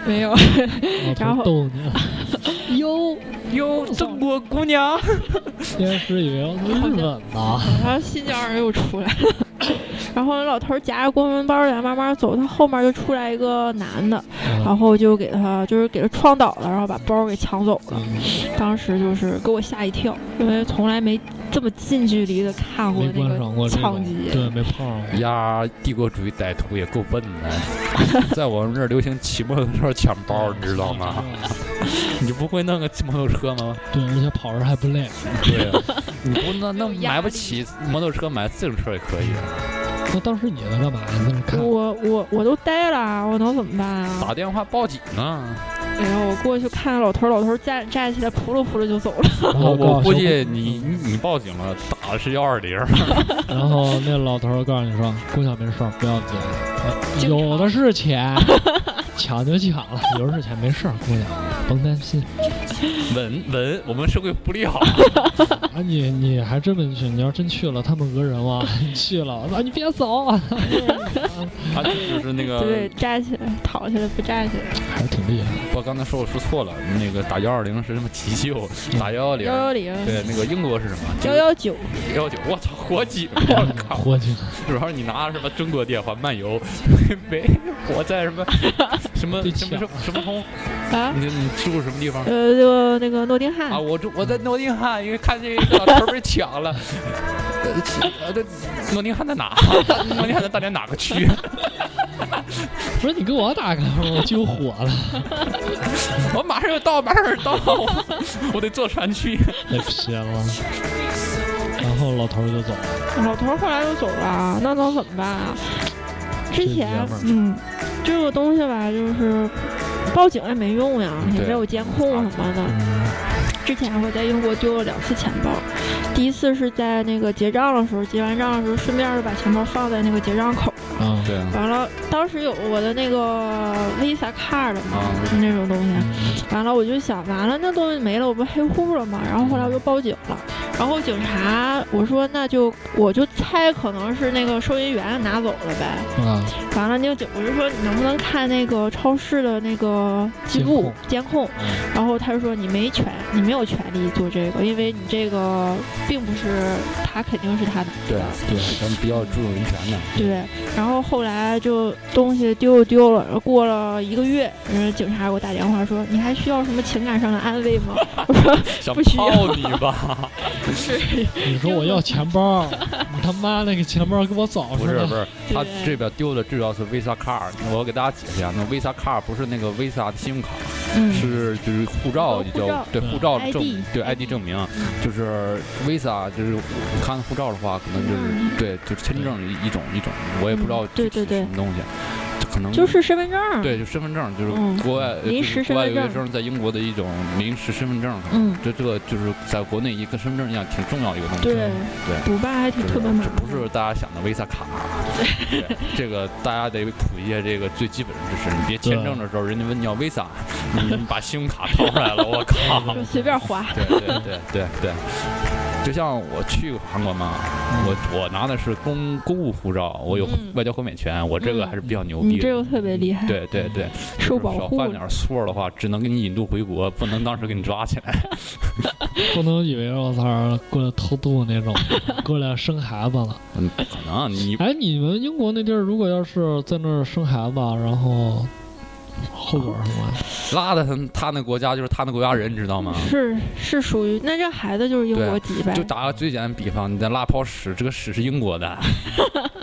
Speaker 5: 没有。 然
Speaker 3: 老头
Speaker 5: 后
Speaker 3: 逗你，啊
Speaker 5: 哟哟，中国姑娘，
Speaker 3: 先是以为我是日 本的，
Speaker 5: 然后新疆人又出来了。 然后那老头儿夹着公文包在那慢慢走，他后面就出来一个男的，
Speaker 3: 啊
Speaker 5: 然后就给他就是给他撞倒了，然后把包给抢走了。
Speaker 3: 嗯
Speaker 5: 当时就是给我吓一跳，因为从来没这么近距离的看过
Speaker 3: 没
Speaker 5: 那
Speaker 3: 观赏过
Speaker 5: 个
Speaker 3: 这
Speaker 5: 抢
Speaker 3: 种
Speaker 5: 劫，，
Speaker 3: 对，没碰上过，
Speaker 4: 呀，帝国主义歹徒也够笨 的，在我们这儿流行骑摩托车抢包，你知道吗？
Speaker 5: 嗯
Speaker 4: 你不会弄个摩托车吗？
Speaker 3: 对，而且跑着还不累。
Speaker 4: 对，啊你不那那
Speaker 5: 有啊 压力
Speaker 4: 买不起摩托车，买自行车也可以，
Speaker 3: 那当时你在干嘛呀？在那看
Speaker 5: 我我我都呆了，我能怎么办啊？
Speaker 4: 打电话报警啊！
Speaker 5: 然后我过去看老头儿，老头儿站站起来扑噜扑噜就走了。
Speaker 4: 我我估计
Speaker 3: 嗯
Speaker 4: 你你你报警了，打的是幺二零。
Speaker 3: 然后那老头儿告诉你说：“姑娘没事儿，不要紧，呃
Speaker 5: 经常
Speaker 3: 有的是钱，抢就抢了，有的是钱，没事儿，姑娘，甭担心。
Speaker 4: 稳稳，我们社会福利好。
Speaker 3: 啊，你你还真没去，你要真去了，他们讹人了，你去了，啊，你别走啊，
Speaker 4: 他就是那
Speaker 3: 嗯
Speaker 5: 对，
Speaker 4: 个，
Speaker 5: 站起来，躺下来不站起来。
Speaker 3: 还是挺厉害。
Speaker 4: 我刚才说我说错了，那个打幺二零是什么急救，打幺幺零
Speaker 5: 幺。幺零，
Speaker 4: 对，那个英国是什么？
Speaker 5: 幺幺九，
Speaker 4: 幺幺九，我操，火警！我靠，
Speaker 3: 活计
Speaker 4: 主要是你拿什么中国电话漫游， 没我在 什么什么
Speaker 3: 被
Speaker 4: 什么
Speaker 3: 抢
Speaker 4: 什么 什么通，
Speaker 5: 啊，
Speaker 4: 你你住过什么地方？
Speaker 5: 呃，就那个诺丁汉
Speaker 4: 啊，，我住我在诺丁汉，因为看见一个老头被抢了。 呃，其呃这诺丁汉在哪？ 诺丁汉在大连哪个区？
Speaker 3: 不是你给我打个，我就火了，
Speaker 4: 我马上就到，马上就到， 我得坐船去。
Speaker 3: 太偏了。啊然后老头儿就走了，
Speaker 5: 老头儿后来就走了，那能怎么办啊？之前
Speaker 3: 这爷
Speaker 5: 嗯，这个东西吧，就是报警也没用呀，也没有监控什么的。
Speaker 3: 嗯，
Speaker 5: 之前我在英国丢了两次钱包，第一次是在那个结账的时候，结完账的时候顺便就把钱包放在那个结账口，
Speaker 3: 啊，
Speaker 4: 对啊，
Speaker 5: 完了当时有我的那个 Visa card 嘛，
Speaker 4: 啊
Speaker 5: 就那种东西。
Speaker 3: 嗯
Speaker 5: 完了，我就想，完了那东西没了，我不黑户了吗？然后后来我就报警了。然后警察，我说那就我就猜可能是那个收银员拿走了呗。
Speaker 3: 啊，
Speaker 5: 完了，那个警我就说你能不能看那个超市的那个记录监控
Speaker 3: 嗯
Speaker 5: 然后他就说你没权，你没有权利做这个，因为你这个并不是他，肯定是他的。
Speaker 4: 对啊，对啊，咱们比较注重人权的。
Speaker 5: 对，然后后来就东西丢就丢了，然后过了一个月，然后警察给我打电话说：“你还需要什么情感上的安慰 吗？”我说
Speaker 4: 想
Speaker 5: 不需要
Speaker 4: 泡你吧？：“
Speaker 5: 不是，
Speaker 3: 你说我要钱包，你他妈那个钱包给我找 出
Speaker 4: 不是
Speaker 3: 来
Speaker 4: 不，是，
Speaker 5: 对
Speaker 4: 他这边丢的主要是 Visa card。我给大家解释一下，那 Visa card 不是那个 Visa 的信用卡，
Speaker 5: 嗯，
Speaker 4: 是就是护照就
Speaker 5: 护
Speaker 4: 叫
Speaker 5: 照
Speaker 4: 对
Speaker 3: 嗯
Speaker 4: 护照证
Speaker 5: ID
Speaker 4: 对 ID 证明，啊就是 Visa 就是我看护照的话，可能就是
Speaker 5: 嗯
Speaker 4: 对就是签证一种一种，我也不知道
Speaker 5: 嗯对
Speaker 4: 具体
Speaker 5: 对
Speaker 4: 是什么东西。可能
Speaker 9: 就是身份证儿，
Speaker 4: 嗯对，就身份证，就是
Speaker 9: 嗯
Speaker 4: 国外、
Speaker 9: 临
Speaker 4: 就是
Speaker 9: 时身
Speaker 4: 国外
Speaker 9: 份
Speaker 4: 留学
Speaker 9: 证
Speaker 4: 生在英国的一种临时身份证，可能
Speaker 9: 嗯，
Speaker 4: 这这个就是在国内一个身份证一样挺重要的一个东西。
Speaker 9: 对，
Speaker 4: 对
Speaker 9: 补办还挺
Speaker 4: 就是
Speaker 9: 特别麻
Speaker 4: 这
Speaker 9: 烦。
Speaker 4: 不是大家想的 Visa 卡， 对这个大家得普一下这个最基本的知识。你别签证的时候，人家问你要 Visa，你把信用卡掏出来了，我 靠！
Speaker 5: 就随便划。
Speaker 4: 对对对对对，就像我去韩国嘛，我我拿的是公公务护照，我有
Speaker 9: 嗯
Speaker 4: 外交豁免权，我这个还是比较牛
Speaker 5: 你
Speaker 4: 逼
Speaker 5: 这
Speaker 4: 的。
Speaker 5: 个特别厉害，
Speaker 4: 对对对，
Speaker 5: 受保
Speaker 4: 少
Speaker 5: 护
Speaker 4: 犯点错的话，只能给你引渡回国，不能当时给你抓起来。
Speaker 3: 不能以为我操过来偷渡那 种，过来生孩子了。
Speaker 4: 嗯，不可能你
Speaker 3: 哎，你们英国那地儿如果要是在那儿生孩子，然后后果是什么？
Speaker 4: 拉的他他那国家就是他那国家人，你知道吗？
Speaker 5: 是是属于那这孩子就是英国籍呗
Speaker 4: 就，打个最简单的比方，你在拉泡屎，这个屎是英国的，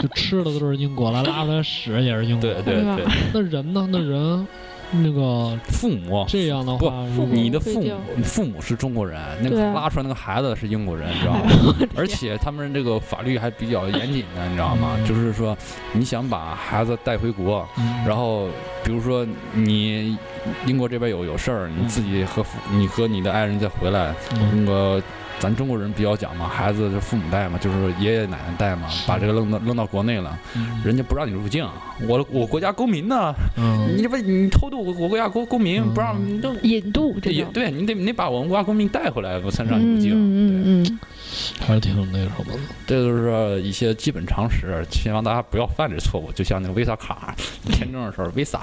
Speaker 3: 就吃的都是英国了，拉出来屎也是英国。
Speaker 4: 对对
Speaker 5: 对吧
Speaker 4: 对，
Speaker 3: 那人呢？那人那个
Speaker 4: 父母。
Speaker 3: 这样的
Speaker 4: 不
Speaker 3: 话，
Speaker 5: 父
Speaker 3: 如
Speaker 5: 母
Speaker 3: 果
Speaker 4: 你的
Speaker 5: 会
Speaker 4: 父
Speaker 5: 掉
Speaker 4: 母父母是中国人，那
Speaker 5: 嗯对
Speaker 4: 个
Speaker 5: 啊哎
Speaker 4: 拉出来那个孩子是英国人，你知道吗？而且他们这个法律还比较严谨的，你知道吗？就是说，你想把孩子带回国，
Speaker 3: 嗯
Speaker 4: 然后比如说你英国这边有有事儿，你自己和父你和你的爱人再回来，
Speaker 3: 嗯
Speaker 4: 那个咱中国人比较讲嘛，孩子是父母带嘛，就是爷爷奶奶带嘛，把这个扔到扔到国内了，
Speaker 3: 嗯
Speaker 4: 人家不让你入境，啊我我国家公民呢，
Speaker 3: 嗯
Speaker 4: 你这不你偷渡我我国家公公民不让你都。
Speaker 5: 引渡嗯这
Speaker 4: 也
Speaker 5: 种。
Speaker 4: 对你得你得把我们国家公民带回来，我才让你入
Speaker 5: 嗯
Speaker 4: 境。对
Speaker 5: 嗯嗯嗯，
Speaker 3: 还是挺那什么的。
Speaker 4: 这就是一些基本常识，希望大家不要犯这错误。就像那个 Visa 卡，签证的时候 Visa，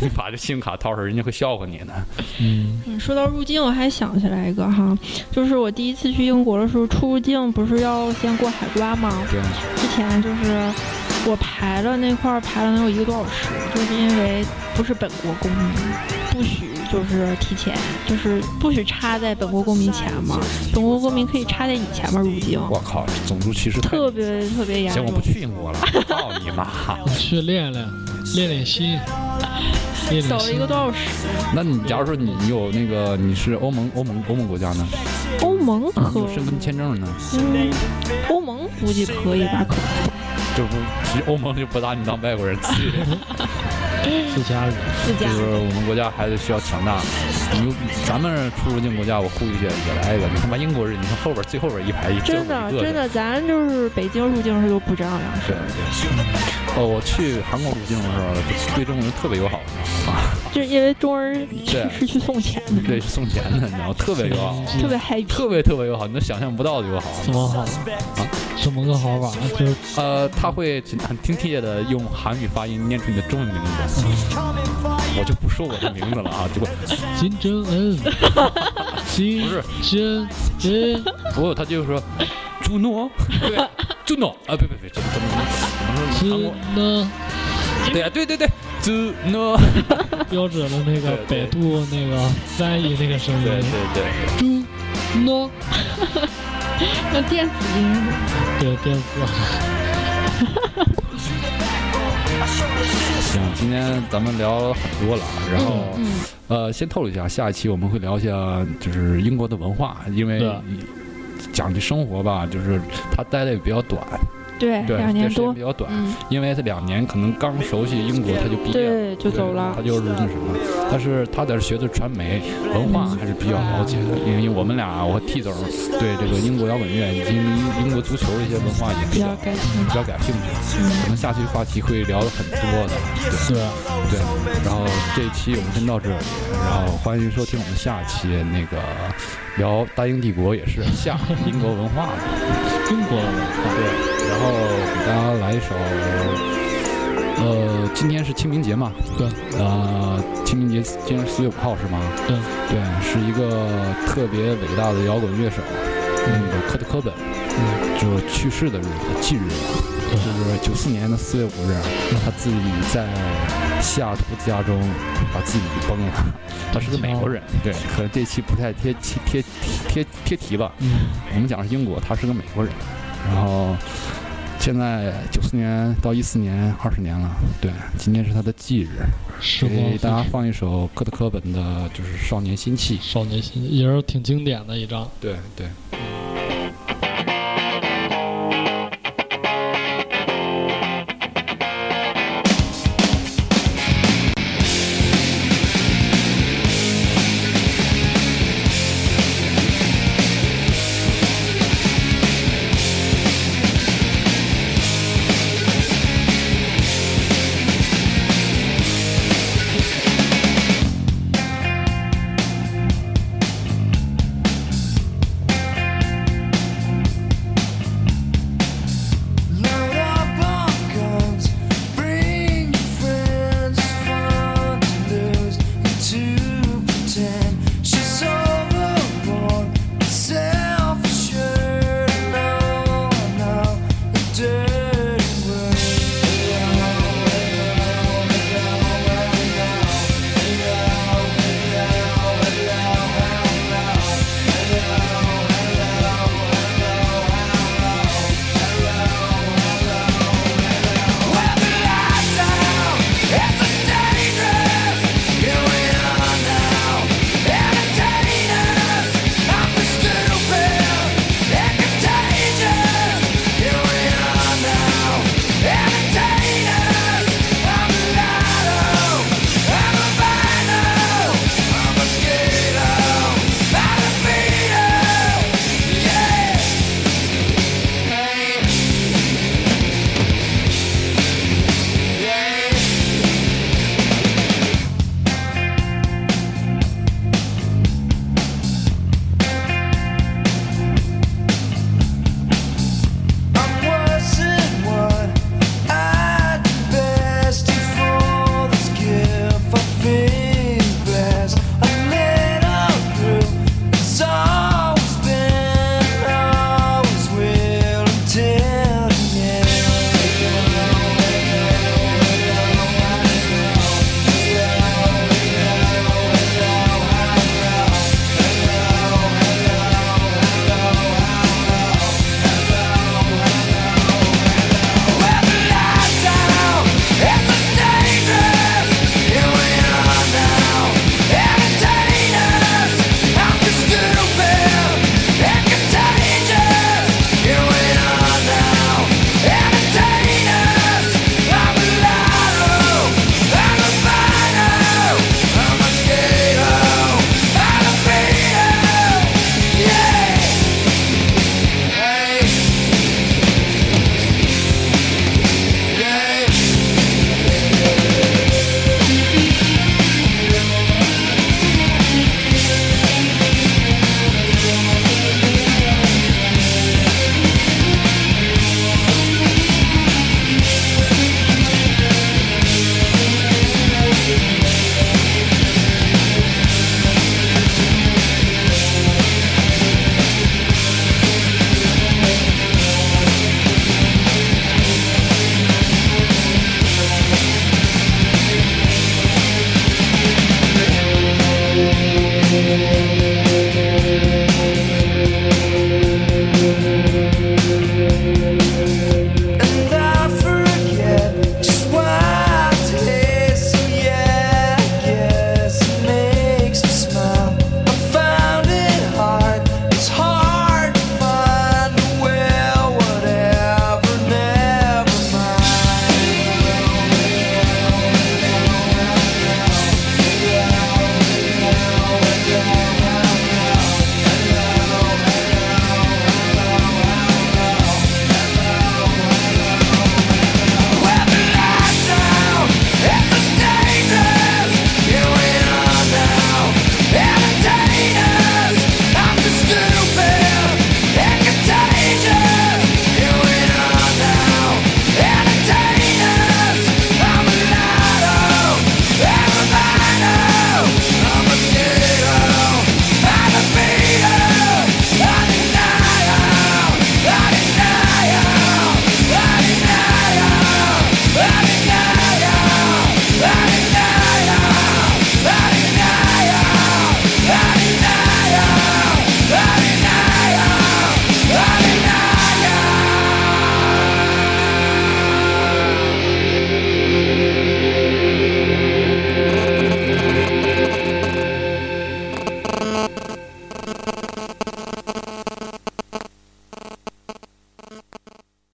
Speaker 4: 你把这信用卡掏出来，人家会笑话你的。
Speaker 3: 嗯
Speaker 5: 嗯说到入境，我还想起来一个哈，就是我第一次去英国的时候，出入境不是要先过海关吗？
Speaker 4: 对，
Speaker 5: 之前就是我排了那块儿排了能有一个多小时，就是因为不是本国公民，不许就是提前，就是不许插在本国公民前嘛，本国公民可以插在你前面入境，
Speaker 4: 我靠，种族歧视太
Speaker 5: 特别特别严啊
Speaker 4: 行，
Speaker 5: 重
Speaker 4: 我。不去英国了，操你妈！
Speaker 3: 你去练练，练练心，练
Speaker 5: 走
Speaker 3: 练
Speaker 5: 了
Speaker 3: 心
Speaker 5: 一。个多小时，
Speaker 4: 那你假如说你有那个你是欧盟欧盟欧盟国家呢，
Speaker 5: 欧盟可
Speaker 4: 有申根签证呢，
Speaker 5: 嗯，欧盟估计可以吧？可
Speaker 4: 就不其实欧盟就不拿你当外国人 去，
Speaker 3: 自家人，
Speaker 5: 自
Speaker 4: 就
Speaker 5: 驾
Speaker 4: 是我们国家还是需要强大。你咱们出入境国家，我呼吁一下，也来一个。你他妈英国人，你看后边最后边一排一最后
Speaker 5: 真
Speaker 4: 边
Speaker 5: 的
Speaker 4: 一个
Speaker 5: 真的，咱就是北京入境时候就不这样了。
Speaker 4: 对对。哦，我去韩国入境的时候，对中国人特别友好，
Speaker 5: 就是因为中国人
Speaker 4: 对
Speaker 5: 去是去送钱的，
Speaker 4: 对，送钱的，你知道吗？特别友好，
Speaker 5: 特别 happy。
Speaker 4: 特别特别友好，你都想象不到的友好。
Speaker 3: 怎么好？怎么个好法？就是
Speaker 4: 呃，他会很亲切的用韩语发音念出你的中文名字，我就不说我的名字了啊，结果
Speaker 3: 金正 恩，金
Speaker 4: 不是
Speaker 3: 正恩，
Speaker 4: 不过他就说朱诺，对，朱诺啊，别别别，这怎么怎么
Speaker 3: 是
Speaker 4: 说韩
Speaker 3: 呢
Speaker 4: 国？对啊，对对对，朱诺，
Speaker 3: 标准的那个
Speaker 4: 对
Speaker 3: 百
Speaker 4: 对
Speaker 3: 度那个翻译那个声
Speaker 4: 对
Speaker 3: 音，
Speaker 4: 对对。
Speaker 3: 猪呢？
Speaker 5: 那电子音
Speaker 3: 对，电子
Speaker 4: 行，今天咱们聊了很多了，然后、
Speaker 5: 嗯
Speaker 4: 呃，先透露一下，下一期我们会聊一下就是英国的文化，因为
Speaker 3: 对
Speaker 4: 讲这生活吧，就是他待的也比较短，
Speaker 5: 对
Speaker 4: 对，
Speaker 5: 两年
Speaker 4: 这时间
Speaker 5: 多
Speaker 4: 比，较短，
Speaker 5: 嗯，
Speaker 4: 因为他两年可能刚熟悉英国，他就毕业了。
Speaker 5: 对，就走了
Speaker 4: 他。就是那什么，但是他在这学的传媒文化还是比较了解的，因为我们俩我和 T 总对这个英国摇滚乐以及英国足球的一些文化也比
Speaker 5: 比
Speaker 4: 较
Speaker 5: 较感兴
Speaker 4: 比较感兴趣，
Speaker 5: 嗯
Speaker 4: 可能下期话题会聊的很多的，对啊
Speaker 3: 对。
Speaker 4: 对。然后这一期我们先到这里，然后欢迎收听我们下期那个聊大英帝国也是下英国文化的
Speaker 3: 中国人，
Speaker 4: 对，然后给大家来一首，呃，今天是清明节嘛，
Speaker 3: 对，
Speaker 4: 呃，清明节今天是四月五号是吗？
Speaker 3: 对
Speaker 4: 对，是一个特别伟大的摇滚乐手，那个科特·科本，
Speaker 3: 嗯
Speaker 4: 就是去世的日子，忌日。就是九四年的四月五日，啊他自己在西雅图家中把自己崩了。他是个美国人，对，可能这期不太贴贴贴贴贴贴题吧。
Speaker 3: 嗯，
Speaker 4: 我们讲的是英国，他是个美国人，然后现在九四年到一四年二十年了，对，今天是他的忌日，
Speaker 3: 时光飞
Speaker 4: 给大家
Speaker 3: 逝，
Speaker 4: 放一首科特·科本的，就是《少年心气》。
Speaker 3: 少年心也是挺经典的一张。
Speaker 4: 对对，